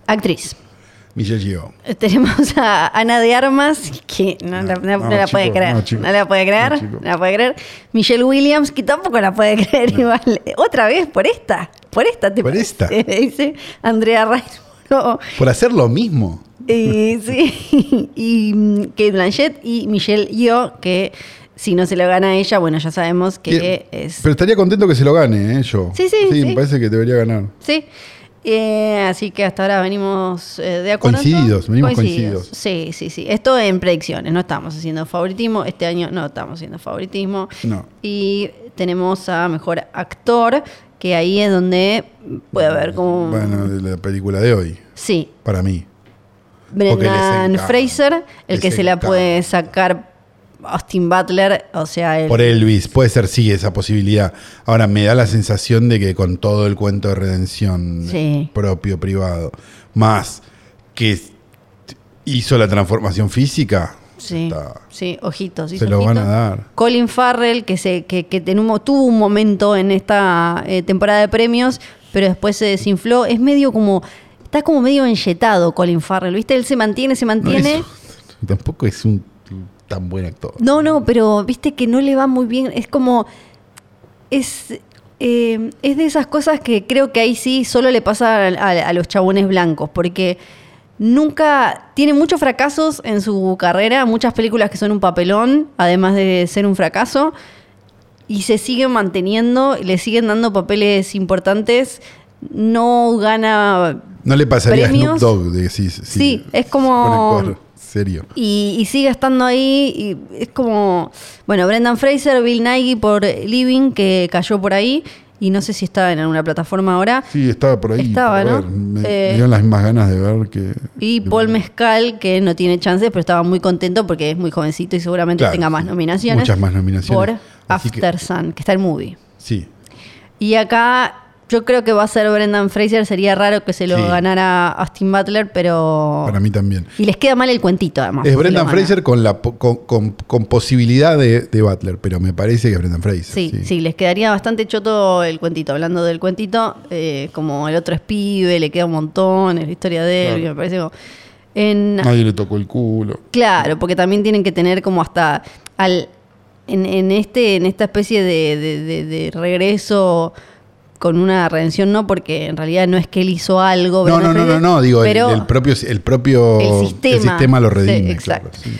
B: Actriz.
A: Michelle Gio.
B: Eh, Tenemos a Ana de Armas, que no, la, no-
A: no,
B: no la
A: chicos,
B: puede creer.
A: no,
B: No,
A: chicos.
B: la puede
A: No,
B: creer. No,
A: chicos.
B: la puede creer. Michelle Williams, que tampoco la puede creer igual. Otra vez por esta. Por esta te
A: Por esta.
B: parece? Dice Andrea Raimondo.
A: Por hacer lo mismo.
B: Y, sí, y mm, Kate Blanchett y Michelle Yeoh, que si no se lo gana a ella, bueno, ya sabemos que
A: Que-
B: es
A: Pero estaría contento que se lo gane, ¿eh? Yo.
B: Sí, sí,
A: Sí,
B: sí.
A: me parece que debería ganar.
B: Sí. Eh, así que hasta ahora venimos eh, de acuerdo. en todo.
A: Coincididos, venimos coincididos.
B: Sí, sí, sí. Esto en predicciones, no estamos haciendo favoritismo. Este año no estamos haciendo favoritismo.
A: No.
B: Y tenemos a mejor actor, que ahí es donde puede haber como.
A: Bueno, de la película de hoy,
B: Sí,
A: para mí. les
B: Brendan
A: encanta.
B: Fraser, el
A: Les
B: que se la
A: encanta.
B: puede sacar Austin Butler, o sea, el.
A: Por Elvis, puede ser sí esa posibilidad. Ahora, me da la sensación de que con todo el cuento de redención
B: Sí.
A: propio, privado, más que s- hizo la transformación física,
B: Sí,
A: está-
B: sí, ojitos.
A: se
B: hizo
A: lo van a
B: ojitos.
A: dar.
B: Colin Farrell, que, se, que, que ten- hubo- tuvo un momento en esta eh, temporada de premios, pero después se desinfló. Es medio como. Está como medio enyetado Colin Farrell, ¿viste? Él se mantiene, se
A: No
B: mantiene.
A: es- tampoco es un tan buen actor.
B: No, no, pero viste que no le va muy bien. Es como. Es. eh, es de esas cosas que creo que ahí sí solo le pasa a, a- a los chabones blancos, porque nunca. Tiene muchos fracasos en su carrera, muchas películas que son un papelón, además de ser un fracaso, y se siguen manteniendo, le siguen dando papeles importantes. No gana.
A: No le pasaría a
B: Premios.
A: Snoop Dogg de si, si-
B: Sí, es
A: si
B: como-
A: fuera actor serio.
B: Y, y sigue estando ahí. Y es como. Bueno, Brendan Fraser, Bill Nighy por Living, que cayó por ahí. Y no sé si está en alguna plataforma ahora.
A: Sí, estaba por ahí.
B: Estaba,
A: por
B: ¿no?
A: ver. Me,
B: Eh,
A: me dieron las mismas ganas de ver que.
B: Y Paul Mezcal, que no tiene chances, pero estaba muy contento porque es muy jovencito y seguramente
A: Claro,
B: tenga más
A: sí.
B: nominaciones.
A: Muchas más nominaciones.
B: Por
A: Así que-
B: After Sun, que está el movie.
A: Sí.
B: Y acá yo creo que va a ser Brendan Fraser. Sería raro que se lo
A: Sí.
B: ganara Austin Butler, pero.
A: Para mí también.
B: Y les queda mal el cuentito, además. si
A: Es
B: lo
A: Brendan
B: gana.
A: Fraser con, la, po- con, con- con posibilidad de, de Butler, pero me parece que es Brendan Fraser.
B: Sí, sí, les quedaría bastante choto el cuentito. Hablando del cuentito, eh, como el otro es pibe, le queda un montón, es la historia de él,
A: Claro.
B: y me parece como- en
A: Nadie le tocó el culo.
B: Claro, porque también tienen que tener como hasta al en, en este en esta especie de, de- de- de regreso con una redención no, porque en realidad no es que él hizo algo.
D: No, no,
B: pero
D: no, no, no, digo, el-
B: pero
D: el, propio, el propio
B: el sistema.
D: lo
B: Sí,
D: redime.
B: exacto.
D: claro, sí.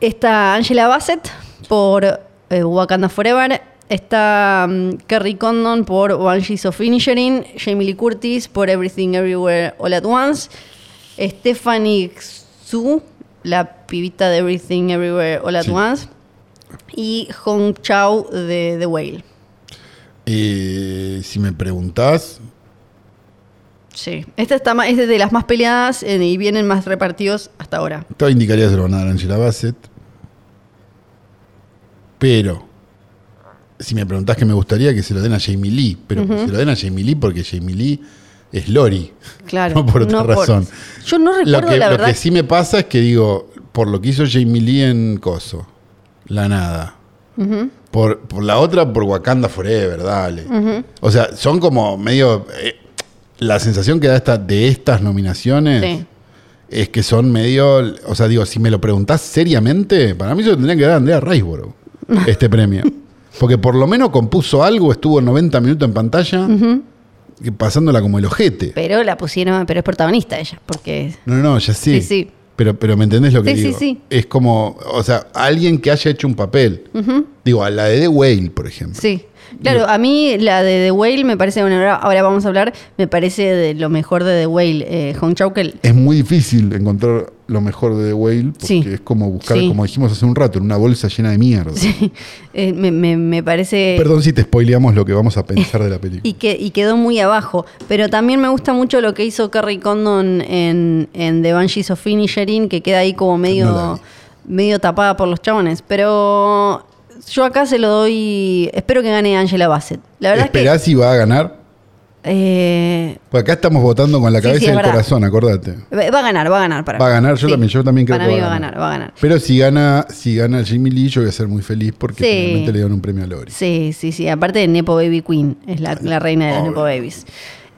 B: está Angela Bassett por eh, Wakanda Forever, está mm, Kerry Condon por Banshees of Inisherin, Jamie Lee Curtis por Everything Everywhere All at Once, Stephanie Xu, la pibita de Everything Everywhere All at
A: Sí.
B: Once, y Hong Chao de The Whale.
A: Eh, si me preguntás,
B: Sí, esta está ma- es de las más peleadas eh, y vienen más repartidos hasta ahora.
A: Todo indicaría que se lo van a dar a Angela Bassett. Pero, si me preguntás que me gustaría que se lo den a Jamie Lee, pero que se lo den a Jamie Lee porque Jamie Lee es Lori.
B: Claro.
A: No por otra razón.
B: Yo no
A: Lo
B: recuerdo
A: que,
B: la
A: lo
B: verdad.
A: que sí me pasa es que digo, por lo que hizo Jamie Lee en Coso, la nada. por, por la otra, por Wakanda Forever, dale. O sea, son como medio. eh, la sensación que da esta, de estas nominaciones
B: Sí.
A: es que son medio. O sea, digo, si me lo preguntás seriamente, para mí yo tendría que dar a Andrea Riceborough este premio. Porque por lo menos compuso algo, estuvo 90 minutos en pantalla, que pasándola como el ojete.
B: Pero la pusieron, pero es protagonista ella, porque
A: No, no, ya sí.
B: Sí, sí.
A: Pero, pero ¿me entendés lo que
B: Sí, sí,
A: digo?
B: sí.
A: Es como, o sea, alguien que haya hecho un papel. Digo, a la de The Whale, por ejemplo.
B: sí. Claro, a mí la de The Whale me parece, bueno, ahora, ahora vamos a hablar, me parece de lo mejor de The Whale, eh, Hong Chau, que el-
A: Es muy difícil encontrar lo mejor de The Whale porque
B: Sí.
A: es como buscar,
B: Sí.
A: como dijimos hace un rato, en una bolsa llena de mierda.
B: eh, me, me- me parece...
A: Perdón si te spoileamos lo que vamos a pensar de la película.
B: Y, que, y quedó muy abajo. Pero también me gusta mucho lo que hizo Kerry Condon en, en The Banshees of Inisherin, que queda ahí como medio,
A: No la vi.
B: medio tapada por los chabones. Pero yo acá se lo doy... Espero que gane Angela Bassett. La verdad
A: ¿Esperás
B: es
A: si va a ganar?
B: que... eh,
A: Porque acá estamos votando con la
B: Sí,
A: cabeza
B: sí,
A: y
B: es
A: el
B: verdad.
A: corazón, acordate.
B: Va a ganar, va a ganar para
A: Va a
B: mí.
A: ganar, yo
B: Sí.
A: también, yo también creo
B: para
A: que
B: mí va a ganar, va a ganar.
A: Pero si gana, si gana Jimmy Lee, yo voy a ser muy feliz porque
B: Sí.
A: finalmente le dieron un premio a Lori.
B: Sí, sí, sí. Aparte de Nepo Baby Queen, es la, la reina de los
A: Obvio.
B: Nepo Babies.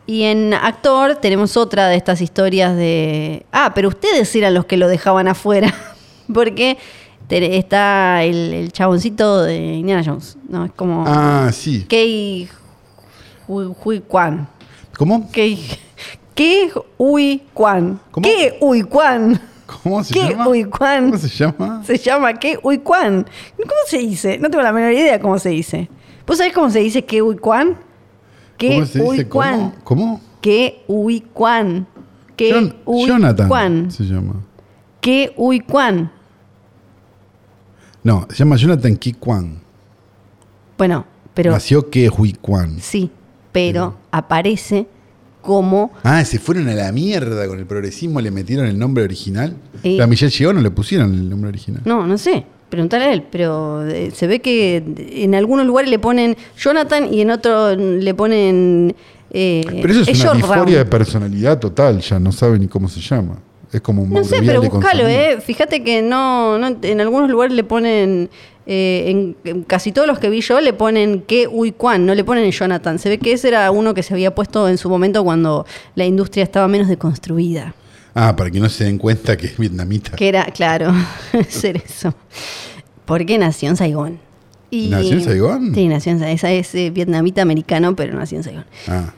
B: Y en actor tenemos otra de estas historias de. Ah, pero ustedes eran los que lo dejaban afuera. Porque te- está el, el chaboncito de Indiana Jones. ¿no? Es como.
A: Ah, sí.
B: Kei Hui Hui Kwan.
A: ¿Cómo?
B: Kei. ¿Qué Hui Kwan?
A: ¿Cómo?
B: ¿Qué Hui Kwan?
A: ¿Cómo se
B: ¿Qué
A: llama?
B: Hui Kwan?
A: ¿Cómo se llama?
B: Se llama que Kwan. ¿Cómo se dice? No tengo la menor idea cómo se dice. ¿Vos sabés cómo se dice que Kwan? Que
A: ¿Cómo se dice?
B: Kwan.
A: ¿Cómo? ¿Cómo?
B: Que Kwan. Que
A: Jon- Jonathan
B: Kwan.
A: se llama.
B: Que Kwan.
A: No, se llama Jonathan Ki Kwan.
B: Bueno, pero
A: Nació que Hui Kwan.
B: sí, pero aparece como
A: Ah, se fueron a la mierda con el progresismo, le metieron el nombre original.
B: Eh.
A: La Michelle llegó, no le pusieron el nombre original.
B: no, no sé. Preguntale a él, pero eh, se ve que en algunos lugares le ponen Jonathan y en otro le ponen. eh,
A: Pero eso es, una
B: Jordan.
A: disforia de personalidad total, ya no sabe ni cómo se llama. Es como un
B: No sé,
A: Montevideo
B: pero
A: de
B: búscalo,
A: consumir.
B: ¿eh? Fíjate que no, no- en algunos lugares le ponen, eh, en, en casi todos los que vi yo, le ponen que uy cuán, no le ponen Jonathan. Se ve que ese era uno que se había puesto en su momento cuando la industria estaba menos deconstruida.
A: Ah, para que no se den cuenta que es vietnamita.
B: Que era, claro, ser eso. Porque nació en Saigón. Y-
A: ¿Nació en Saigón?
B: Sí, nació en Saigón. Esa es eh, vietnamita americano, pero nació en Saigón.
A: Ah,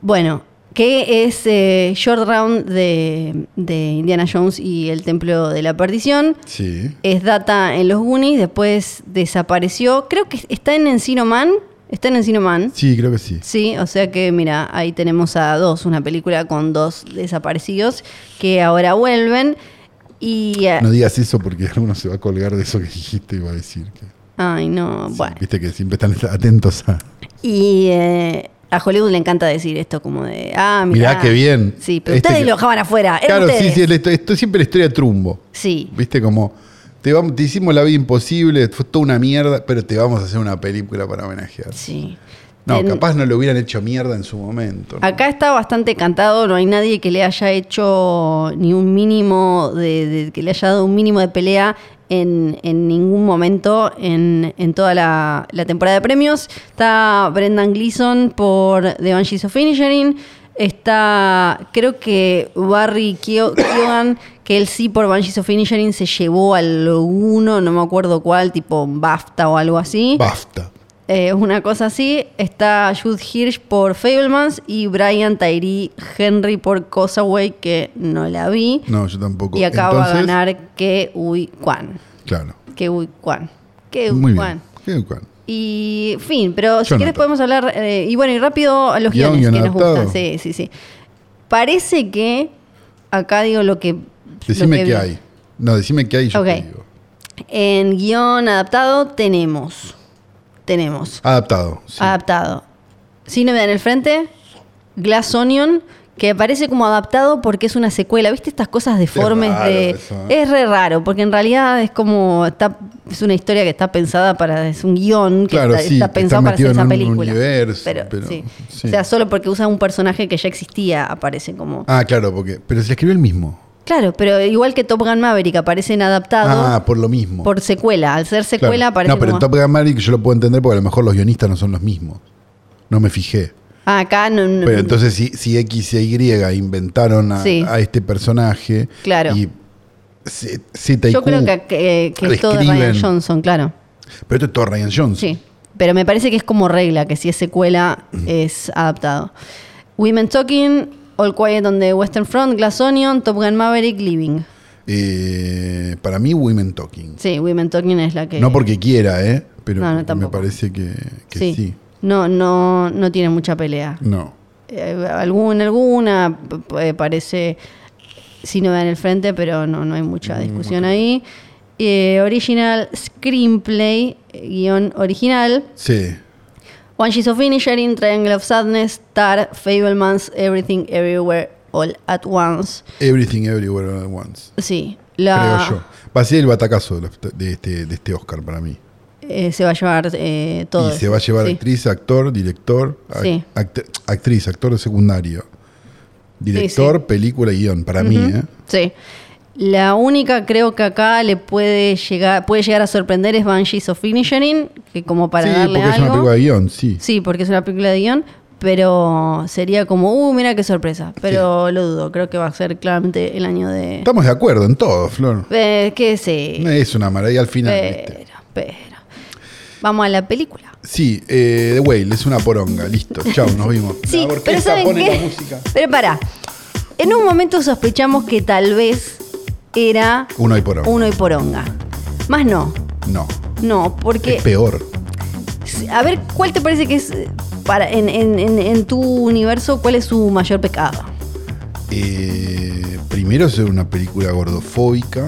B: Bueno, que es eh, Short Round de, de Indiana Jones y el Templo de la Perdición.
A: sí.
B: Es data en los Goonies, después desapareció. Creo que está en Encino Man. Está en Encino Man.
A: Sí, creo que sí.
B: Sí, o sea que mira, ahí tenemos a dos, una película con dos desaparecidos que ahora vuelven. Y. eh,
A: No digas eso porque alguno se va a colgar de eso que dijiste y va a decir que.
B: Ay, no,
A: Sí,
B: bueno.
A: Viste que siempre están atentos a.
B: Y eh, a Hollywood le encanta decir esto, como de. Ah, mira.
A: Mirá, qué bien.
B: Sí, pero
A: Este
B: ustedes
A: que-
B: lo dejaban afuera. eran
A: Claro, sí,
B: ustedes.
A: sí, es la histo- esto es siempre la historia de Trumbo.
B: Sí.
A: Viste como. Te, vamos, te hicimos la vida imposible, fue toda una mierda, pero te vamos a hacer una película para homenajear.
B: Sí.
A: No,
B: Ten-
A: capaz no lo hubieran hecho mierda en su momento. ¿no?
B: Acá está bastante cantado, no hay nadie que le haya hecho ni un mínimo de, de- que le haya dado un mínimo de pelea en, en ningún momento en, en toda la, la temporada de premios. Está Brendan Gleeson por The Banshees of Inisherin, Está, creo que Barry Keo- Keoghan, que él sí por Banshees of Inisherin se llevó al uno, no me acuerdo cuál, tipo BAFTA o algo así.
A: Basta.
B: Eh, una cosa así. Está Jude Hirsch por Fablemans y Brian Tyree Henry por Cosaway, que no la vi.
A: No, yo tampoco.
B: Y acaba de
A: Entonces,
B: ganar que Uy Kwan.
A: Claro.
B: Que Uy Kwan. Que
A: Muy
B: Uy
A: bien.
B: Kwan.
A: Bien, Juan.
B: Y fin, pero si
A: Yo
B: quieres
A: noto.
B: podemos hablar. eh, y bueno, y rápido a los
A: Guión,
B: guiones que
A: guión
B: nos gustan.
A: adaptado.
B: Sí, sí, sí. Parece que. Acá digo lo que. lo
A: Decime
B: que
A: qué
B: vi.
A: hay. No, decime qué hay y yo te
B: Ok.
A: digo.
B: En guión adaptado tenemos. Tenemos.
A: Adaptado. sí.
B: Adaptado. Cine en el frente. Glass Onion. Que aparece como adaptado porque es una secuela. ¿Viste estas cosas deformes
A: raro
B: de.?
A: eso, ¿eh?
B: Es re raro, porque en realidad es como. Está, es una historia que está pensada para. Es un guión que
A: Claro,
B: está,
A: sí,
B: está
A: está
B: pensado para hacer
A: metido en
B: esa
A: un
B: película.
A: universo, pero-
B: sí.
A: sí.
B: O sea, solo porque usa un personaje que ya existía, aparece como.
A: Ah, claro, porque. Pero se la escribió el mismo.
B: Claro, pero igual que Top Gun Maverick aparece en adaptado
A: Ah, por lo mismo.
B: por secuela. Al ser
A: Claro.
B: secuela aparece
A: No, pero en
B: como.
A: Top Gun Maverick yo lo puedo entender porque a lo mejor los guionistas no son los mismos. No me fijé.
B: Ah, acá no. no-
A: Pero entonces si, si X y Y inventaron a,
B: Sí.
A: a este personaje
B: Claro.
A: y Z Z y
B: yo
A: Q,
B: creo que, que- que es todo de Ryan
A: reescriben.
B: Johnson, claro.
A: pero esto es todo Ryan Johnson.
B: Sí, pero me parece que es como regla, que si es secuela es adaptado. Women Talking, All Quiet on the Western Front, Glass Onion, Top Gun Maverick, Living.
A: Eh, para mí Women Talking.
B: Sí, Women Talking es la que...
A: No porque quiera, ¿eh? Pero
B: No, no,
A: porque me
B: tampoco.
A: parece que, que sí.
B: No, no, no tiene mucha pelea.
A: No.
B: Eh, alguna, alguna, p- p- eh, parece... Si no en el frente, pero no, no hay
A: Mm,
B: mucha discusión ahí. Eh, original Screenplay, eh, guión original.
A: Sí.
B: One She's of Inisherin, Triangle of Sadness, Tar, Fablemans, Everything Everywhere All at Once.
A: Everything Everywhere All at Once.
B: Sí, la,
A: Creo yo. Va a ser el batacazo de, la- de este, de este Oscar para mí.
B: eh, se va a llevar eh, todo.
A: Y se va a llevar
B: Sí.
A: actriz, actor, director, ac-
B: Sí.
A: act- actriz, actor de secundario, director, película y guión, para mí. ¿eh?
B: Sí. La única creo que acá le puede llegar, puede llegar a sorprender es Banshees of Inisherin, que como para
A: sí,
B: darle
A: porque es una
B: algo.
A: película de guión, sí.
B: sí, porque es una película de guión, pero sería como, uh, mira qué sorpresa. Pero lo dudo, creo que va a ser claramente el año de...
A: Estamos de acuerdo en todo, Flor.
B: Eh, ¿Qué sé?
A: No Es una maravilla al final.
B: Pero,
A: ¿viste?
B: pero. Vamos a la película.
A: Sí, eh, The Whale es una poronga, listo. Chao, nos vimos.
B: Sí,
A: La
B: pero
A: orquesta
B: ¿saben
A: pone
B: qué?
A: la música.
B: Pero pará. En un momento sospechamos que tal vez era
A: Uno y poronga.
B: uno y poronga. Más no.
A: No,
B: No, porque.
A: es peor.
B: A ver, ¿cuál te parece que es. eh, Para, en, en- en- en tu universo, ¿cuál es su mayor pecado?
A: Eh, primero, ser una película gordofóbica.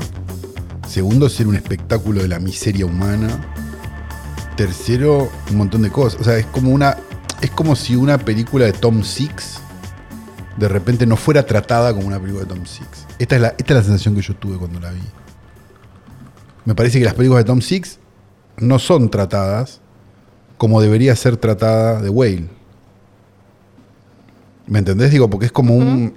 A: Segundo, ser un espectáculo de la miseria humana. Tercero, un montón de cosas. O sea, es como una. Es como si una película de Tom Six de repente no fuera tratada como una película de Tom Six. Esta es la, esta es la sensación que yo tuve cuando la vi. Me parece que las películas de Tom Six no son tratadas como debería ser tratada The Whale. ¿Me entendés? Digo, porque es como un.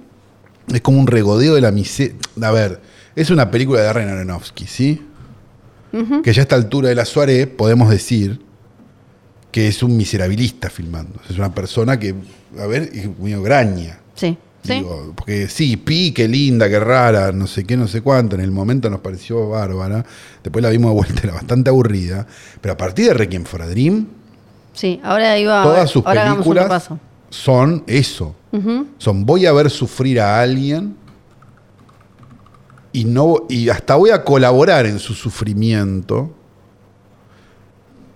A: Es como un regodeo de la miseria. A ver, es una película de Darren Aronofsky, ¿sí? Que ya a esta altura de la Suárez podemos decir que es un miserabilista filmando. Es una persona que, a ver, es medio graña.
B: Sí. ¿Sí?
A: Digo, porque sí, Pi, qué linda, qué rara, no sé qué, no sé cuánto. En el momento nos pareció bárbara. Después la vimos de vuelta, era bastante aburrida. Pero a partir de Requiem for a Dream,
B: sí, ahora iba.
A: todas sus
B: ahora hagamos un
A: películas
B: repaso.
A: son eso.
B: Ujú.
A: Son voy a ver sufrir a alguien y, no, y hasta voy a colaborar en su sufrimiento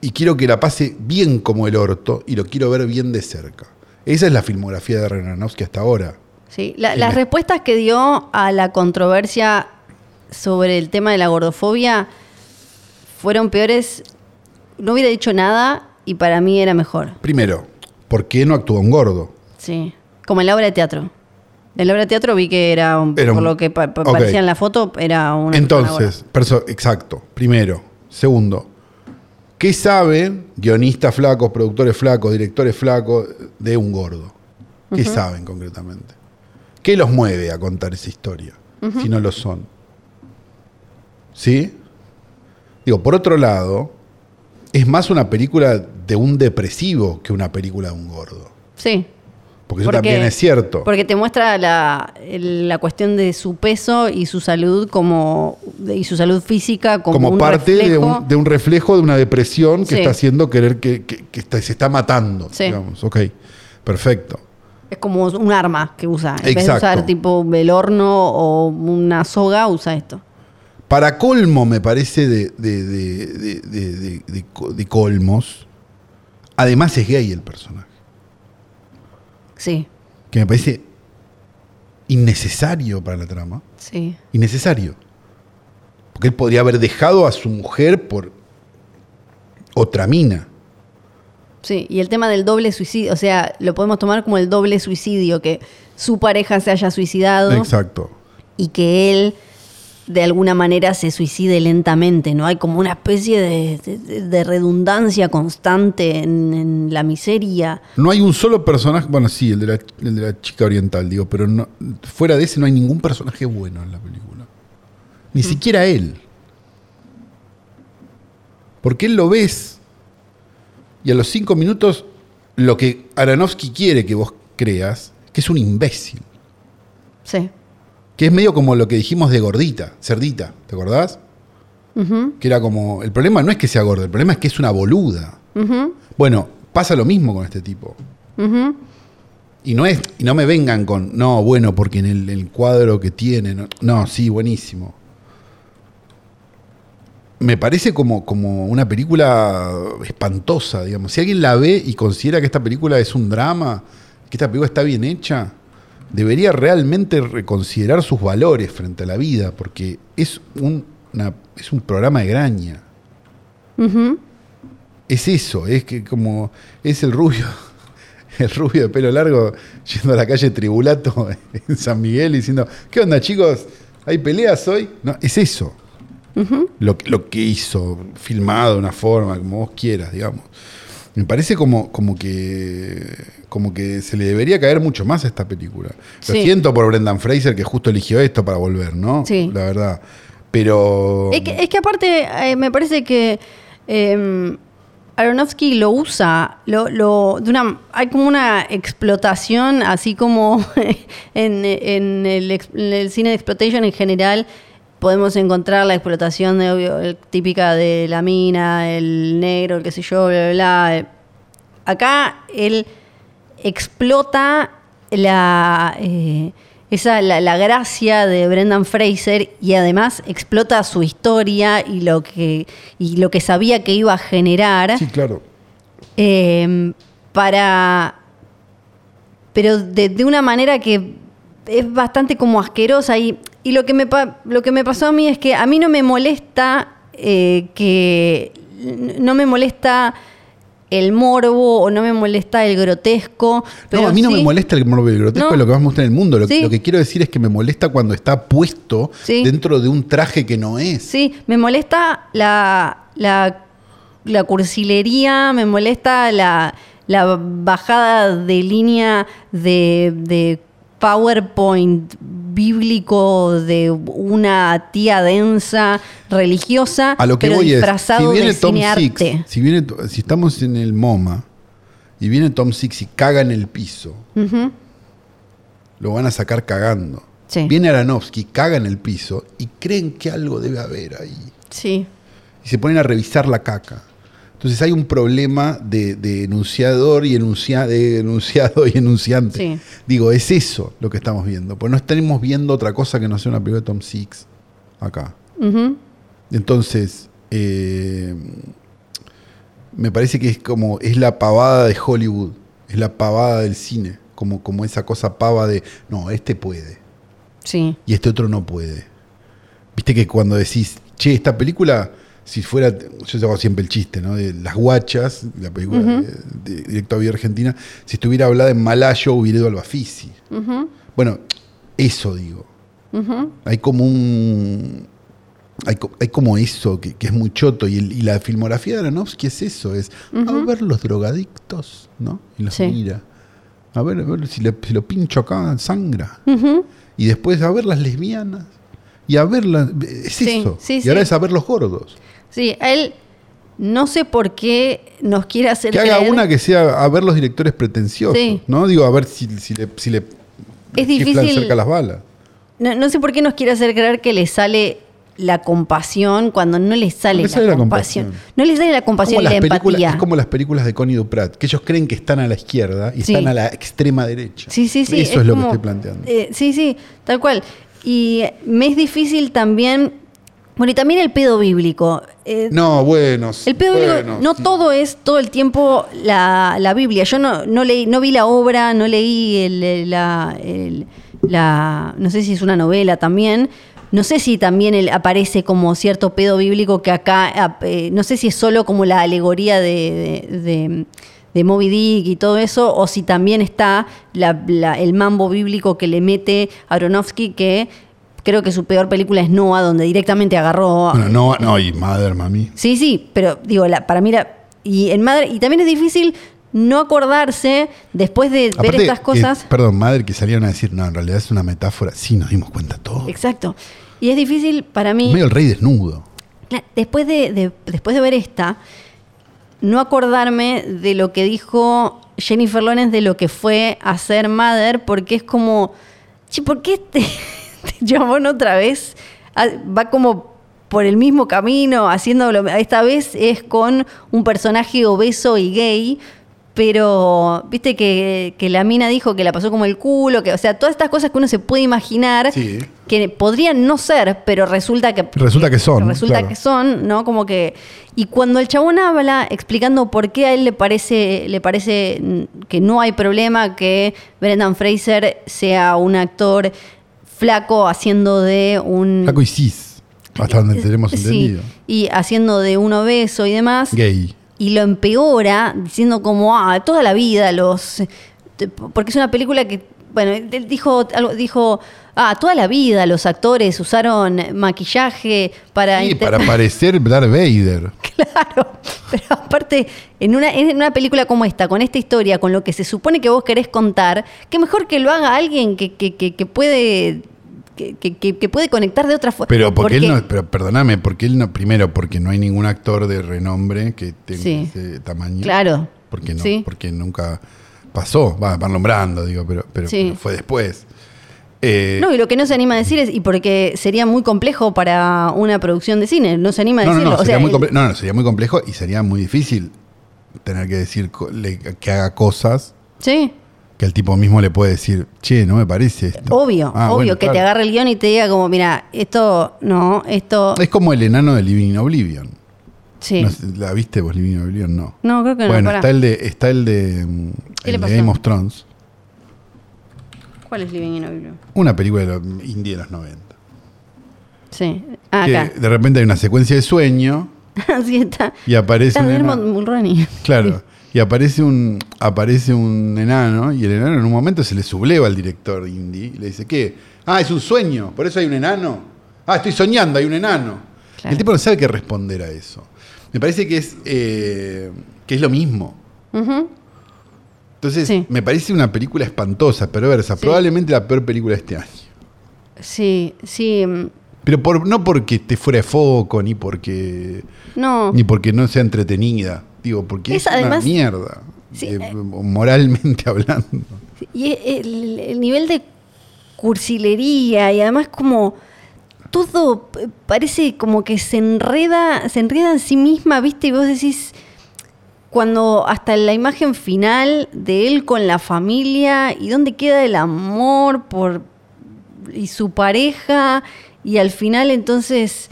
A: y quiero que la pase bien como el orto y lo quiero ver bien de cerca. Esa es la filmografía de Darren Aronofsky hasta ahora.
B: Sí, la-
A: Sí,
B: las
A: me-
B: respuestas que dio a la controversia sobre el tema de la gordofobia fueron peores. No hubiera dicho nada y para mí era mejor.
A: Primero, ¿por qué no actúa un gordo?
B: Sí. Como en la obra de teatro. En la obra de teatro vi que era, un-
A: Era un-
B: por lo que pa- pa-
A: ok.
B: parecía en la foto, era una.
A: Entonces, perso- exacto, primero. Segundo, ¿qué saben guionistas flacos, productores flacos, directores flacos de un gordo? ¿Qué saben concretamente? ¿Qué los mueve a contar esa historia si no lo son? ¿Sí? Digo, por otro lado, es más una película de un depresivo que una película de un gordo.
B: Sí.
E: Porque eso también es cierto.
B: Porque te muestra la, la cuestión de su peso y su salud como y su salud física como,
A: como,
B: un
A: parte de
B: reflejo.
A: un, de un reflejo de una depresión que
B: Sí.
A: está haciendo querer que, que- que está- se está matando.
B: Sí.
A: Digamos. Ok, perfecto.
B: Es como un arma que usa. En vez de
A: Exacto.
B: usar tipo el horno o una soga, usa esto.
A: Para colmo, me parece, de, de- de- de- de- de- de co- de colmos, además es gay el personaje,
B: Sí,
A: que me parece innecesario para la trama.
B: sí.
A: Innecesario. Porque él podría haber dejado a su mujer por otra mina.
B: Sí, y el tema del doble suicidio, o sea, lo podemos tomar como el doble suicidio, que su pareja se haya suicidado
A: Exacto.
B: y que él de alguna manera se suicide lentamente, ¿no? Hay como una especie de, de- de redundancia constante en, en la miseria.
A: No hay un solo personaje, bueno, sí, el de la, el de la chica oriental, digo, pero no- fuera de ese no hay ningún personaje bueno en la película. Ni siquiera él. Porque él lo ves y a los cinco minutos lo que Aronofsky quiere que vos creas, que es un imbécil.
B: Sí.
A: Que es medio como lo que dijimos de gordita, cerdita, ¿te acordás? Que era como, el problema no es que sea gordo, el problema es que es una boluda. Bueno, pasa lo mismo con este tipo. Y no es, y no me vengan con, no, bueno, porque en el, el cuadro que tiene, no, no, sí, buenísimo. Me parece como, como una película espantosa, digamos. Si alguien la ve y considera que esta película es un drama, que esta película está bien hecha, debería realmente reconsiderar sus valores frente a la vida, porque es un, una- es un programa de graña. Es eso, es que como es el rubio, el rubio de pelo largo yendo a la calle Tribulato en San Miguel y diciendo, ¿qué onda chicos? ¿Hay peleas hoy? No, es eso. lo, que- lo que hizo, filmado de una forma, como vos quieras, digamos. Me parece como, como que como que se le debería caer mucho más a esta película. Lo
B: Sí.
A: siento por Brendan Fraser que justo eligió esto para volver, ¿no?
B: Sí.
A: La verdad. Pero
B: Es que, es que aparte, eh, me parece que eh, Aronofsky lo usa, lo, lo- de una, hay como una explotación, así como en, en el, ex- en el cine de exploitation en general. Podemos encontrar la explotación de, obvio, el- típica de la mina, el negro, el qué sé yo, bla, bla, bla. eh. Acá él explota la, eh, esa, la, la gracia de Brendan Fraser y además explota su historia y lo que, y lo que sabía que iba a generar
A: sí, claro.
B: eh, para... Pero de, de una manera que es bastante como asquerosa y, y lo, que me, pa- lo que me pasó a mí es que a mí no me molesta eh, que... No me molesta el morbo o no me molesta el grotesco. Pero
A: no, a mí no
B: sí-
A: me molesta el morbo y el grotesco,
B: No.
A: es lo que más me gusta en el mundo. Lo,
B: Sí.
A: lo que quiero decir es que me molesta cuando está puesto
B: Sí.
A: dentro de un traje que no es.
B: Sí, me molesta la, la, la cursilería, me molesta la, la bajada de línea de, de PowerPoint bíblico de una tía densa religiosa,
A: A lo que
B: pero
A: voy es, si
B: disfrazado
A: viene
B: de
A: Tom
B: cinearte.
A: Six, si, viene, to- si estamos en el MoMA y viene Tom Six y caga en el piso, lo van a sacar cagando.
B: Sí.
A: Viene Aronofsky, caga en el piso y creen que algo debe haber ahí.
B: Sí,
A: y se ponen a revisar la caca. Entonces hay un problema de, de enunciador y enuncia- de enunciado y enunciante.
B: Sí.
A: Digo, es eso lo que estamos viendo. Pues no estamos viendo otra cosa que no sea una película de Tom Six acá. Entonces, eh, me parece que es como, es la pavada de Hollywood, es la pavada del cine, como, como esa cosa pava de, no, este puede
B: sí.
A: y este otro no puede. Viste que cuando decís, che, esta película, si fuera, yo hago siempre el chiste, ¿no? De las guachas, la película de, de Directo a Vida Argentina, si estuviera hablada en malayo hubiera ido al Bafisi. Bueno, eso digo. Hay como un... Hay, co- hay como eso, que, que es muy choto. Y, el- y la filmografía de Aronofsky es eso, es a ver los drogadictos, ¿no? Y los
B: Sí.
A: mira. A ver, a ver si, le- si lo pincho acá, sangra y después a ver las lesbianas y a ver la- es
B: Sí,
A: eso
B: sí,
A: y
B: sí.
A: ahora es a ver los gordos
B: Sí, a él No sé por qué nos quiere hacer
F: Que haga
B: creer-
F: una que sea a ver los directores pretenciosos,
B: Sí.
F: ¿no? Digo, a ver si, si le, si le chiflan
B: Es difícil-
F: cerca las balas.
B: No, no sé por qué nos quiere hacer creer que le sale la compasión cuando no le sale,
F: No le
B: la,
F: sale la
B: compasión.
F: compasión.
B: No le sale la
F: Como
B: compasión y
F: las
B: la
F: películas-
B: empatía.
F: es como las películas de Connie Duprat, que ellos creen que están a la izquierda y
B: Sí.
F: están a la extrema derecha.
B: Sí, sí, sí.
F: Eso es, lo que
B: como-
F: estoy planteando.
B: eh, sí, sí, tal cual. Y me es difícil también. Bueno, y también el pedo bíblico. Eh,
F: no, bueno.
A: Pues,
B: El pedo bíblico, no todo es todo el tiempo la, la Biblia. Yo no, no leí, no vi la obra, no leí el- el- la, el- la- No sé si es una novela también. No sé si también el- aparece como cierto pedo bíblico que acá. ap- eh, no sé si es solo como la alegoría de. de- de- de Moby Dick y todo eso, o si también está la- la- el mambo bíblico que le mete Aronofsky, que creo que su peor película es Noah, donde directamente agarró
A: Bueno, no, no, y madre, mami.
B: Sí, sí, pero digo, la, para mí la- y en madre y también es difícil no acordarse después de ver
A: Aparte, eh,
B: estas
A: que-
B: cosas.
A: perdón, madre, que salieron a decir, no, en realidad es una metáfora. Sí, nos dimos cuenta todo.
B: Exacto. Y es difícil para mí
A: Medio el rey desnudo.
B: Claro, Después de, de- después de ver esta, no acordarme de lo que dijo Jennifer Lawrence de lo que fue hacer Mother, porque es como, che, ¿por qué este, este chabón otra vez Ah, va como por el mismo camino, haciendo lo- Esta vez es con un personaje obeso y gay, pero viste que, que la mina dijo que la pasó como el culo, que, o sea, todas estas cosas que uno se puede imaginar
A: Sí.
B: que podrían no ser, pero resulta que
A: Resulta que son,
B: Resulta
A: claro.
B: que son, ¿no? Como que. Y cuando el chabón habla explicando por qué a él le parece, le parece mm, que no hay problema que Brendan Fraser sea un actor flaco haciendo de un.
A: Flaco y cis, hasta donde tenemos
B: Sí,
A: entendido.
B: y haciendo de un obeso y demás
A: Gay.
B: y lo empeora diciendo como ah toda la vida los te- porque es una película que bueno él dijo algo dijo ah toda la vida los actores usaron maquillaje para
A: Sí,
B: inter-
A: para parecer Darth Vader.
B: claro pero aparte en una en una película como esta con esta historia con lo que se supone que vos querés contar qué mejor que lo haga alguien que que, que- que puede que, que- que- que puede conectar de otra forma
A: Pero porque, él no, pero perdóname, porque él no, primero, porque no hay ningún actor de renombre que tenga
B: Sí.
A: ese tamaño.
B: claro
A: Porque no,
B: Sí.
A: porque nunca pasó. Va, van nombrando, digo, pero, pero,
B: Sí.
A: pero fue después. Eh,
B: No, y lo que no se anima a decir es, y porque sería muy complejo para una producción de cine, no se anima a
A: no, no,
B: decirlo.
A: no,
B: o
A: sería
B: sea,
A: muy
B: el-
A: comple- no, no, sería muy complejo y sería muy difícil tener que decir co- le- que haga cosas
B: sí,
A: que el tipo mismo le puede decir, che, no me parece esto.
B: obvio,
A: Ah,
B: obvio,
A: bueno,
B: que te
A: claro.
B: agarre el guión y te diga como, mira, esto no, esto...
A: Es como el enano de Living in Oblivion.
B: Sí.
A: No sé, ¿La viste vos, Living in Oblivion? No.
B: No, creo que no,
A: Bueno,
B: pará.
A: está el de, está el de, mm,
B: ¿Qué
A: el
B: le
A: de
B: pasó?
A: Game of Thrones.
B: ¿Cuál es Living in Oblivion?
A: Una película de los indie de los 90.
B: Sí, ah,
A: que
B: acá.
A: de repente hay una secuencia de sueño
B: Así está.
A: y aparece
B: Está
A: un
B: Guillermo
A: enano.
B: Mulroney.
A: Claro. Y aparece un, aparece un enano y el enano en un momento se le subleva al director indie y le dice, ¿qué? Ah, es un sueño, por eso hay un enano. Ah, estoy soñando, hay un enano.
B: Claro.
A: El tipo no sabe qué responder a eso. Me parece que es, eh, que es lo mismo.
B: Ujú.
A: Entonces,
B: Sí.
A: me parece una película espantosa, perversa, probablemente la peor película de este año.
B: Sí, sí, mm,
A: Pero por- no porque esté fuera de foco, ni porque
B: no.
A: ni porque no sea entretenida. Digo, porque es,
B: Es además-
A: una mierda.
B: Sí,
A: eh,
B: eh.
A: moralmente hablando.
B: Y e- el, el nivel de cursilería y además como todo p- parece como que se enreda, se enreda en sí misma, ¿viste? Y vos decís, cuando hasta la imagen final de él con la familia y dónde queda el amor por y su pareja y al final entonces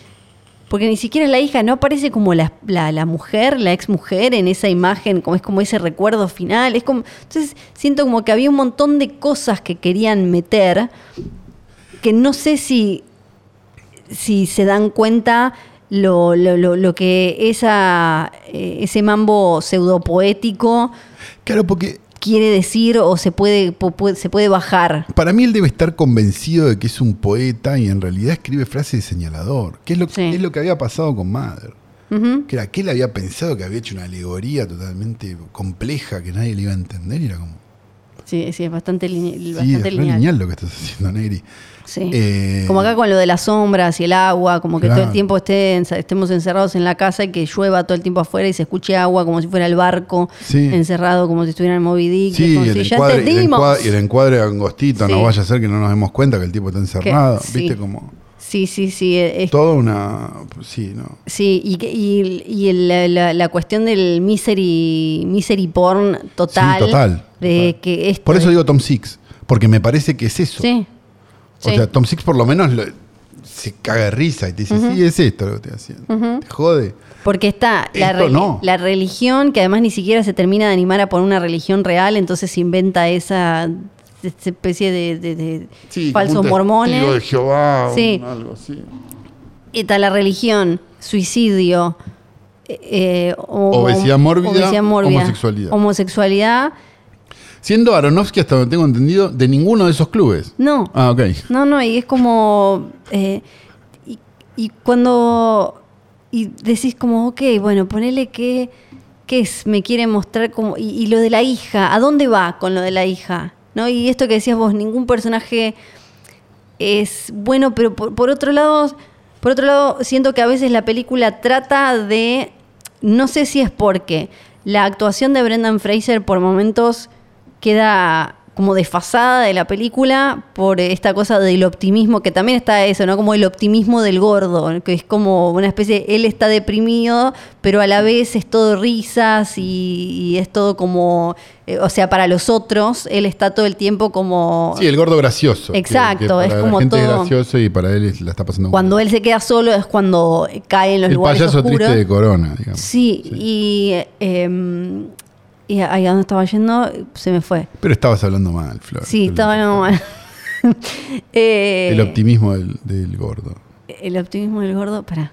B: porque ni siquiera es la hija, no aparece como la, la, la mujer, la ex mujer en esa imagen, como es como ese recuerdo final. Es como, entonces siento como que había un montón de cosas que querían meter que no sé si, si se dan cuenta lo, lo- lo- lo que esa, eh, ese mambo pseudopoético
A: Claro, porque
B: quiere decir o se puede, po- puede- se puede bajar.
A: para mí él debe estar convencido de que es un poeta y en realidad escribe frases de señalador. Que es lo,
B: Sí.
A: es lo que había pasado con Mather.
B: Ujú.
A: Que era que él había pensado que había hecho una alegoría totalmente compleja que nadie le iba a entender. Y era como.
B: Sí, sí, es bastante, line-
A: Sí,
B: bastante
A: es re
B: lineal.
A: lineal lo que estás haciendo, Negri.
B: Sí.
A: Eh,
B: como acá con lo de las sombras y el agua, como que todo
A: Claro.
B: el tiempo esté- estemos encerrados en la casa y que llueva todo el tiempo afuera y se escuche agua como si fuera el barco
A: Sí.
B: encerrado, como si estuviera en Moby Dick.
A: Sí,
B: como
A: y el,
B: si- ya
A: encuadre, y el
B: entendimos.
A: encuadre- y el encuadre angostito, no
B: Sí.
A: vaya a ser que no nos demos cuenta que el tipo está
B: Que-
A: encerrado.
B: sí.
A: Viste como
B: Sí, sí, sí. eh, es-
A: toda una. Sí, no.
B: sí, y, que- y- y el- la, la- la cuestión del misery, misery porn total.
A: Sí, total.
B: De
A: Total.
B: que esto
A: Por eso
B: es-
A: digo Tom Six, porque me parece que es eso.
B: Sí.
A: O
B: Sí.
A: sea, Tom Six por lo menos lo- se caga de risa y te dice, sí, es esto lo que estoy haciendo. Te jode.
B: Porque está la,
A: Esto
B: reli-
A: no.
B: la religión, que además ni siquiera se termina de animar a poner una religión real, entonces se inventa esa esa especie de, de- de falsos mormones.
A: Jehová,
B: un- Sí.
A: algo así.
B: Y Está la religión, suicidio, eh, o-
A: Obesidad
B: o-
A: mórbida,
B: obesidad mórbida,
A: homosexualidad.
B: homosexualidad.
A: Siendo Aronofsky, hasta donde tengo entendido, de ninguno de esos clubes.
B: No.
A: Ah, ok.
B: No, no, y es como. eh, y, y cuando. Y decís, como, ok, bueno, ponele que. ¿Qué es? Me quiere mostrar como. Y, y lo de la hija, ¿a dónde va con lo de la hija? ¿No? Y esto que decías vos, ningún personaje es bueno, pero por, por otro lado, por otro lado, siento que a veces la película trata de. No sé si es porque la actuación de Brendan Fraser por momentos queda como desfasada de la película por esta cosa del optimismo, que también está eso, ¿no? Como el optimismo del gordo, que es como una especie, él está deprimido, pero a la vez es todo risas y, y es todo como, eh, o sea, para los otros, él está todo el tiempo como...
A: Sí, el gordo gracioso. que-
B: Exacto,
A: que para
B: es
A: la
B: como
A: gente es
B: todo-
A: gracioso y para él es- la está pasando
B: Cuando él se queda solo es cuando cae en los
A: El
B: lugares
A: payaso
B: oscuros.
A: triste de Corona, digamos.
B: Sí, y... eh, y ahí a dónde estaba yendo se me fue.
A: Pero estabas hablando mal, Flor.
B: Sí,
A: Te lo-
B: estaba mal. Eh,
A: Ah, El optimismo del, del gordo.
B: El optimismo del gordo, pará.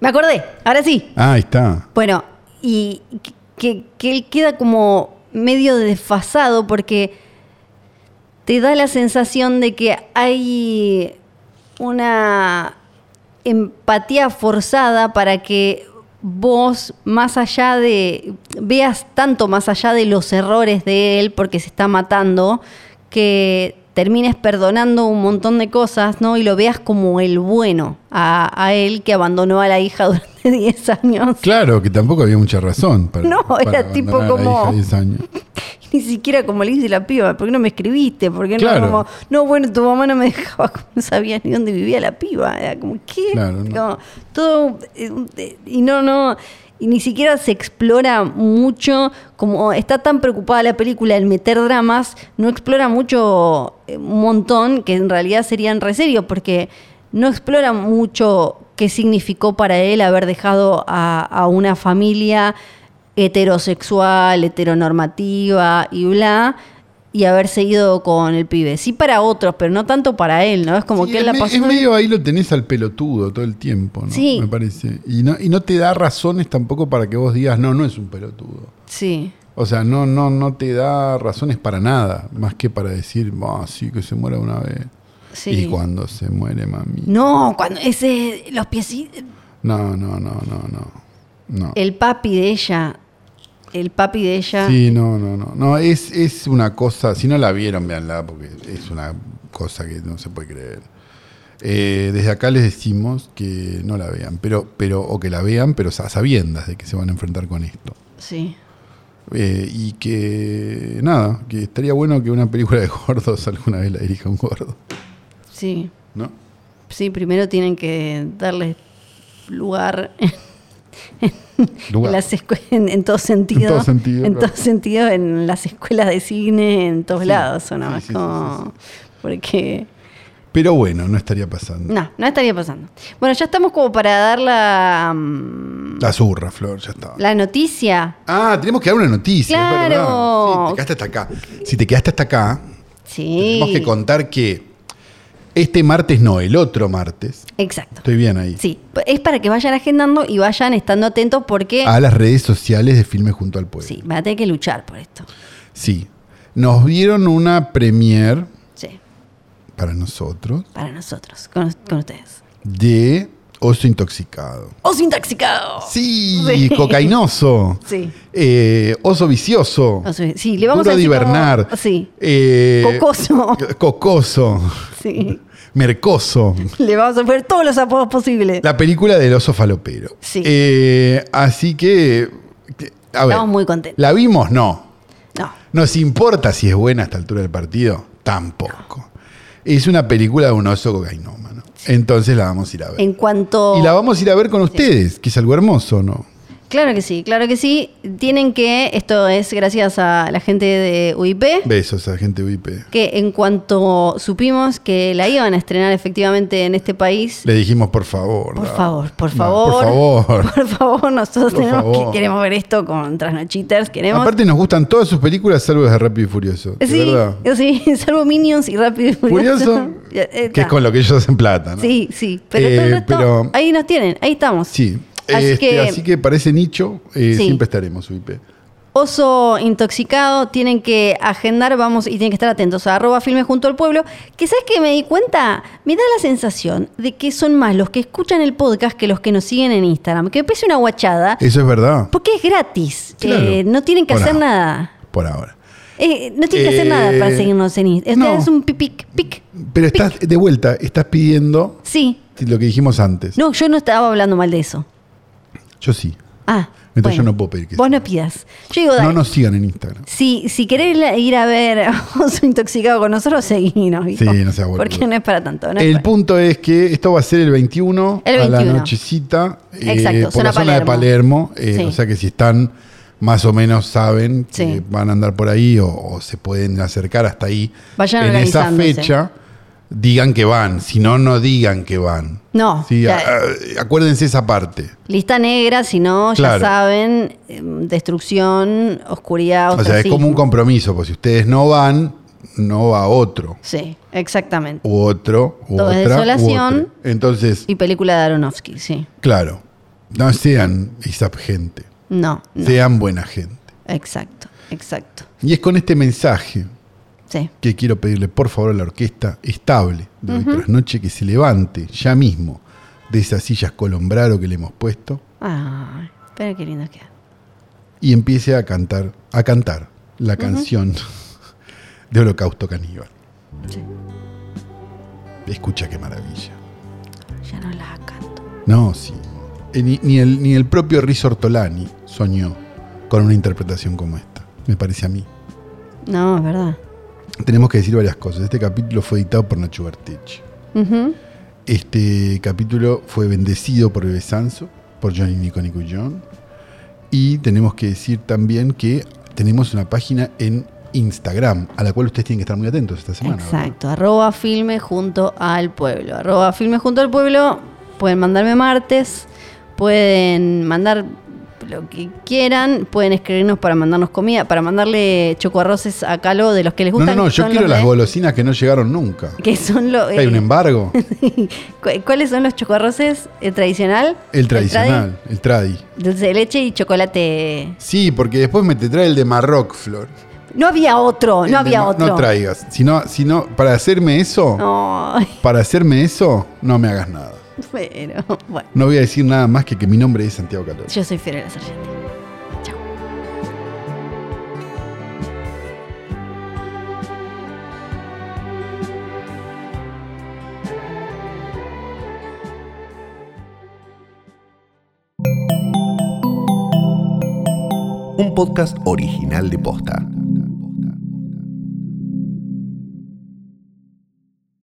B: Me acordé, ahora sí.
A: Ah, ahí está.
B: Bueno, y que, que él queda como medio desfasado porque te da la sensación de que hay una empatía forzada para que vos más allá de veas tanto más allá de los errores de él porque se está matando que termines perdonando un montón de cosas, ¿no? Y lo veas como el bueno a, a él que abandonó a la hija durante 10 años.
A: Claro, que tampoco había mucha razón. Para,
B: No,
A: para
B: era tipo
A: abandonar a la
B: como-
A: hija de 10 años.
B: Ni siquiera como le dice la piba, ¿por qué no me escribiste? ¿Por qué no?
A: Claro.
B: Como, no, bueno, tu mamá no me dejaba, como no sabía ni dónde vivía la piba. Era como, ¿qué?
A: Claro, no.
B: Como, todo. eh, eh, Y no, no. Y ni siquiera se explora mucho, como está tan preocupada la película en meter dramas, no explora mucho eh, un montón, que en realidad serían re serios, porque no explora mucho qué significó para él haber dejado a, a una familia heterosexual, heteronormativa y bla, y haberse ido con el pibe. Sí para otros, pero no tanto para él, ¿no? Es como
A: Sí,
B: que
A: es
B: él la
A: me-
B: pasó...
A: Es medio ahí lo tenés al pelotudo todo el tiempo, ¿no?
B: Sí.
A: Me parece. Y no, y no te da razones tampoco para que vos digas, no, no es un pelotudo.
B: Sí.
A: O sea, no, no, no te da razones para nada, más que para decir, ah, sí, que se muera una vez.
B: Sí. Mm.
A: Y cuando se muere, mami.
B: No, cuando ese, los piecitos,
A: No, no, no, no, no. No.
B: el papi de ella, el papi de ella,
A: Sí, no, no, no. No, es, es una cosa, si no la vieron, véanla, porque es una cosa que no se puede creer. Eh, desde acá les decimos que no la vean, pero, pero, o que la vean, pero a sabiendas de que se van a enfrentar con esto.
B: sí.
A: Eh, y que, nada, que estaría bueno que una película de gordos alguna vez la dirija un gordo,
B: sí.
A: ¿no?
B: Sí, primero tienen que darle lugar,
A: Lugar.
B: En, las escue- en, en todo sentido.
A: En todo sentido,
B: En
A: claro.
B: todo sentido, en las escuelas de cine, en todos
A: Sí,
B: lados, ¿o no?
A: sí,
B: Es
A: sí, sí,
B: como- Porque...
A: Pero bueno, no estaría pasando.
B: No, no estaría pasando. Bueno, ya estamos como para dar la, mm,
A: La zurra, Flor, ya está.
B: la noticia.
A: Ah, tenemos que dar una noticia. es verdad. Sí, te
B: Claro.
A: quedaste hasta acá. Si te quedaste hasta acá,
B: Sí.
A: Tenemos que contar que este martes no, el otro martes.
B: Exacto.
A: Estoy bien ahí.
B: Sí, es para que vayan agendando y vayan estando atentos porque
A: A las redes sociales de Filme Junto al Pueblo.
B: sí, van a tener que luchar por esto.
A: Sí. Nos dieron una premier
B: Sí,
A: para nosotros
B: para nosotros, con, con ustedes.
A: de Oso intoxicado.
B: Oso intoxicado.
A: Sí,
B: Sí.
A: cocainoso.
B: Sí.
A: Eh, oso vicioso.
B: Oso- sí, le vamos
A: Duro
B: a
A: de
B: decir
A: hibernar.
B: como- sí.
A: Eh,
B: Cocoso.
A: Cocoso.
B: Sí.
A: Mercoso.
B: Le vamos a poner todos los apodos posibles.
A: La película del oso falopero.
B: Sí.
A: Eh, así que. que- A ver.
B: Estamos muy contentos.
A: ¿La vimos? No.
B: No.
A: ¿Nos importa si es buena a esta altura del partido? Tampoco. Es una película de un oso cocainómano. Entonces la vamos a ir a ver.
B: En cuanto.
A: Y la vamos a ir a ver con ustedes, que es algo hermoso, ¿no?
B: Claro que sí, claro que sí. Tienen que. Esto es gracias a la gente de UIP.
A: Besos a gente VIP.
B: Que en cuanto supimos que la iban a estrenar efectivamente en este país.
A: Le dijimos, por favor.
B: Por
A: da-
B: favor, por
A: da-
B: favor.
A: por favor.
B: Por favor, nosotros
A: Por
B: tenemos
A: favor.
B: que queremos ver esto con Trasnochiters. Queremos.
A: Aparte nos gustan todas sus películas, salvo de Rápido y Furioso. de
B: sí,
A: verdad.
B: sí, salvo Minions y Rápido y Furioso.
A: Furioso,
B: Ya, eh,
A: que es
B: ta.
A: con lo que ellos hacen plata, ¿no?
B: Sí, sí. Pero,
A: Eh,
B: todo el resto,
A: pero-
B: ahí nos tienen, ahí estamos.
A: Sí.
B: Así
A: Este,
B: que-
A: así que para ese nicho eh,
B: Sí.
A: siempre estaremos, UIP.
B: Oso intoxicado, tienen que agendar, vamos, y tienen que estar atentos a arroba filme junto al pueblo. Que sabes que me di cuenta, me da la sensación de que son más los que escuchan el podcast que los que nos siguen en Instagram. Que me parece una guachada,
A: Eso es verdad,
B: porque es gratis.
A: Claro.
B: Eh, no tienen que
A: Hola.
B: hacer nada.
A: por ahora.
B: Eh, no tienen que hacer
A: Eh,
B: nada para seguirnos en Instagram.
A: no.
B: Es un pipic, pic.
A: Pero estás, de vuelta, estás pidiendo
B: Sí.
A: lo que dijimos antes.
B: No, yo no estaba hablando mal de eso.
A: Yo sí.
B: Ah.
A: Entonces
B: bueno.
A: yo no puedo pedir que
B: Vos
A: sea.
B: no pidas. Yo digo, dale.
A: No nos sigan en Instagram.
B: Si, si querés la- ir a ver a Oso Intoxicado con nosotros, seguinos. viejo.
A: Sí, no seas boludo.
B: Porque no es para tanto. no es
A: El
B: para-
A: punto es que esto va a ser el 21,
B: El
A: a la
B: 21.
A: nochecita eh,
B: Exacto,
A: por la
B: zona
A: zona de Palermo. eh,
B: Sí.
A: O sea que si están más o menos saben que
B: Sí.
A: van a andar por ahí o, o se pueden acercar hasta ahí.
B: Vayan
A: en esa
B: organizándose.
A: fecha digan que van, si no, no digan que van.
B: No,
A: Sí,
B: Oh,
A: ah,
B: ya-
A: a- a- acuérdense esa parte.
B: lista negra, si no, ya
A: Claro.
B: saben, em, destrucción, oscuridad,
A: O sea, es
B: ostracismo.
A: como un compromiso, porque si ustedes no van, no va otro,
B: Sí, exactamente.
A: u otro, u
B: Todo es
A: otra, u
B: desolación.
A: otro. Entonces,
B: Y película de Aronofsky, sí.
A: claro, no sean esa gente.
B: No, no.
A: sean buena gente.
B: Exacto, exacto.
A: Y es con este mensaje
B: Sí.
A: que quiero pedirle por favor a la orquesta estable de hoy tras noche que se levante ya mismo de esas sillas colombraro que le hemos puesto
B: Ay, pero qué lindo queda.
A: y empiece a cantar, a cantar la canción de Holocausto Caníbal.
B: Sí.
A: Escucha qué maravilla.
B: Ya no la canto.
A: No, sí. Eh, Ni, ni el, ni el propio Riz Ortolani soñó con una interpretación como esta, me parece a mí.
B: No, es verdad.
A: Tenemos que decir varias cosas. Este capítulo fue editado por Nacho Bertich.
B: Ujú.
A: Este capítulo fue bendecido por Bebe Sanso, por Johnny Nico Nico John. Y tenemos que decir también que tenemos una página en Instagram, a la cual ustedes tienen que estar muy atentos esta semana. ¿verdad?
B: Exacto, arroba filme junto al pueblo. Arroba filme junto al pueblo, pueden mandarme martes, pueden mandar lo que quieran, pueden escribirnos para mandarnos comida, para mandarle chocoarroces a Calo de los que les
A: No,
B: gustan.
A: no, no,
B: que
A: yo
B: son
A: quiero
B: los Eh,
A: las
B: de-
A: golosinas que no llegaron nunca.
B: Que son los...
A: Hay un embargo.
B: ¿Cuáles son los chocoarroces? ¿El tradicional?
A: El tradicional, el tradi.
B: tradi- Dulce de leche y chocolate.
A: Sí, porque después me te trae el de Marroc, Flor.
B: No había otro,
A: El de
B: no había
A: Ma-
B: otro.
A: No traigas. Si no, si no, para hacerme eso,
B: Ay,
A: para hacerme eso, no me hagas nada.
B: pero bueno,
A: No voy a decir nada más que que mi nombre es Santiago Calor.
B: yo soy Fiorella Sargenti. Chao.
G: Un podcast original de Posta.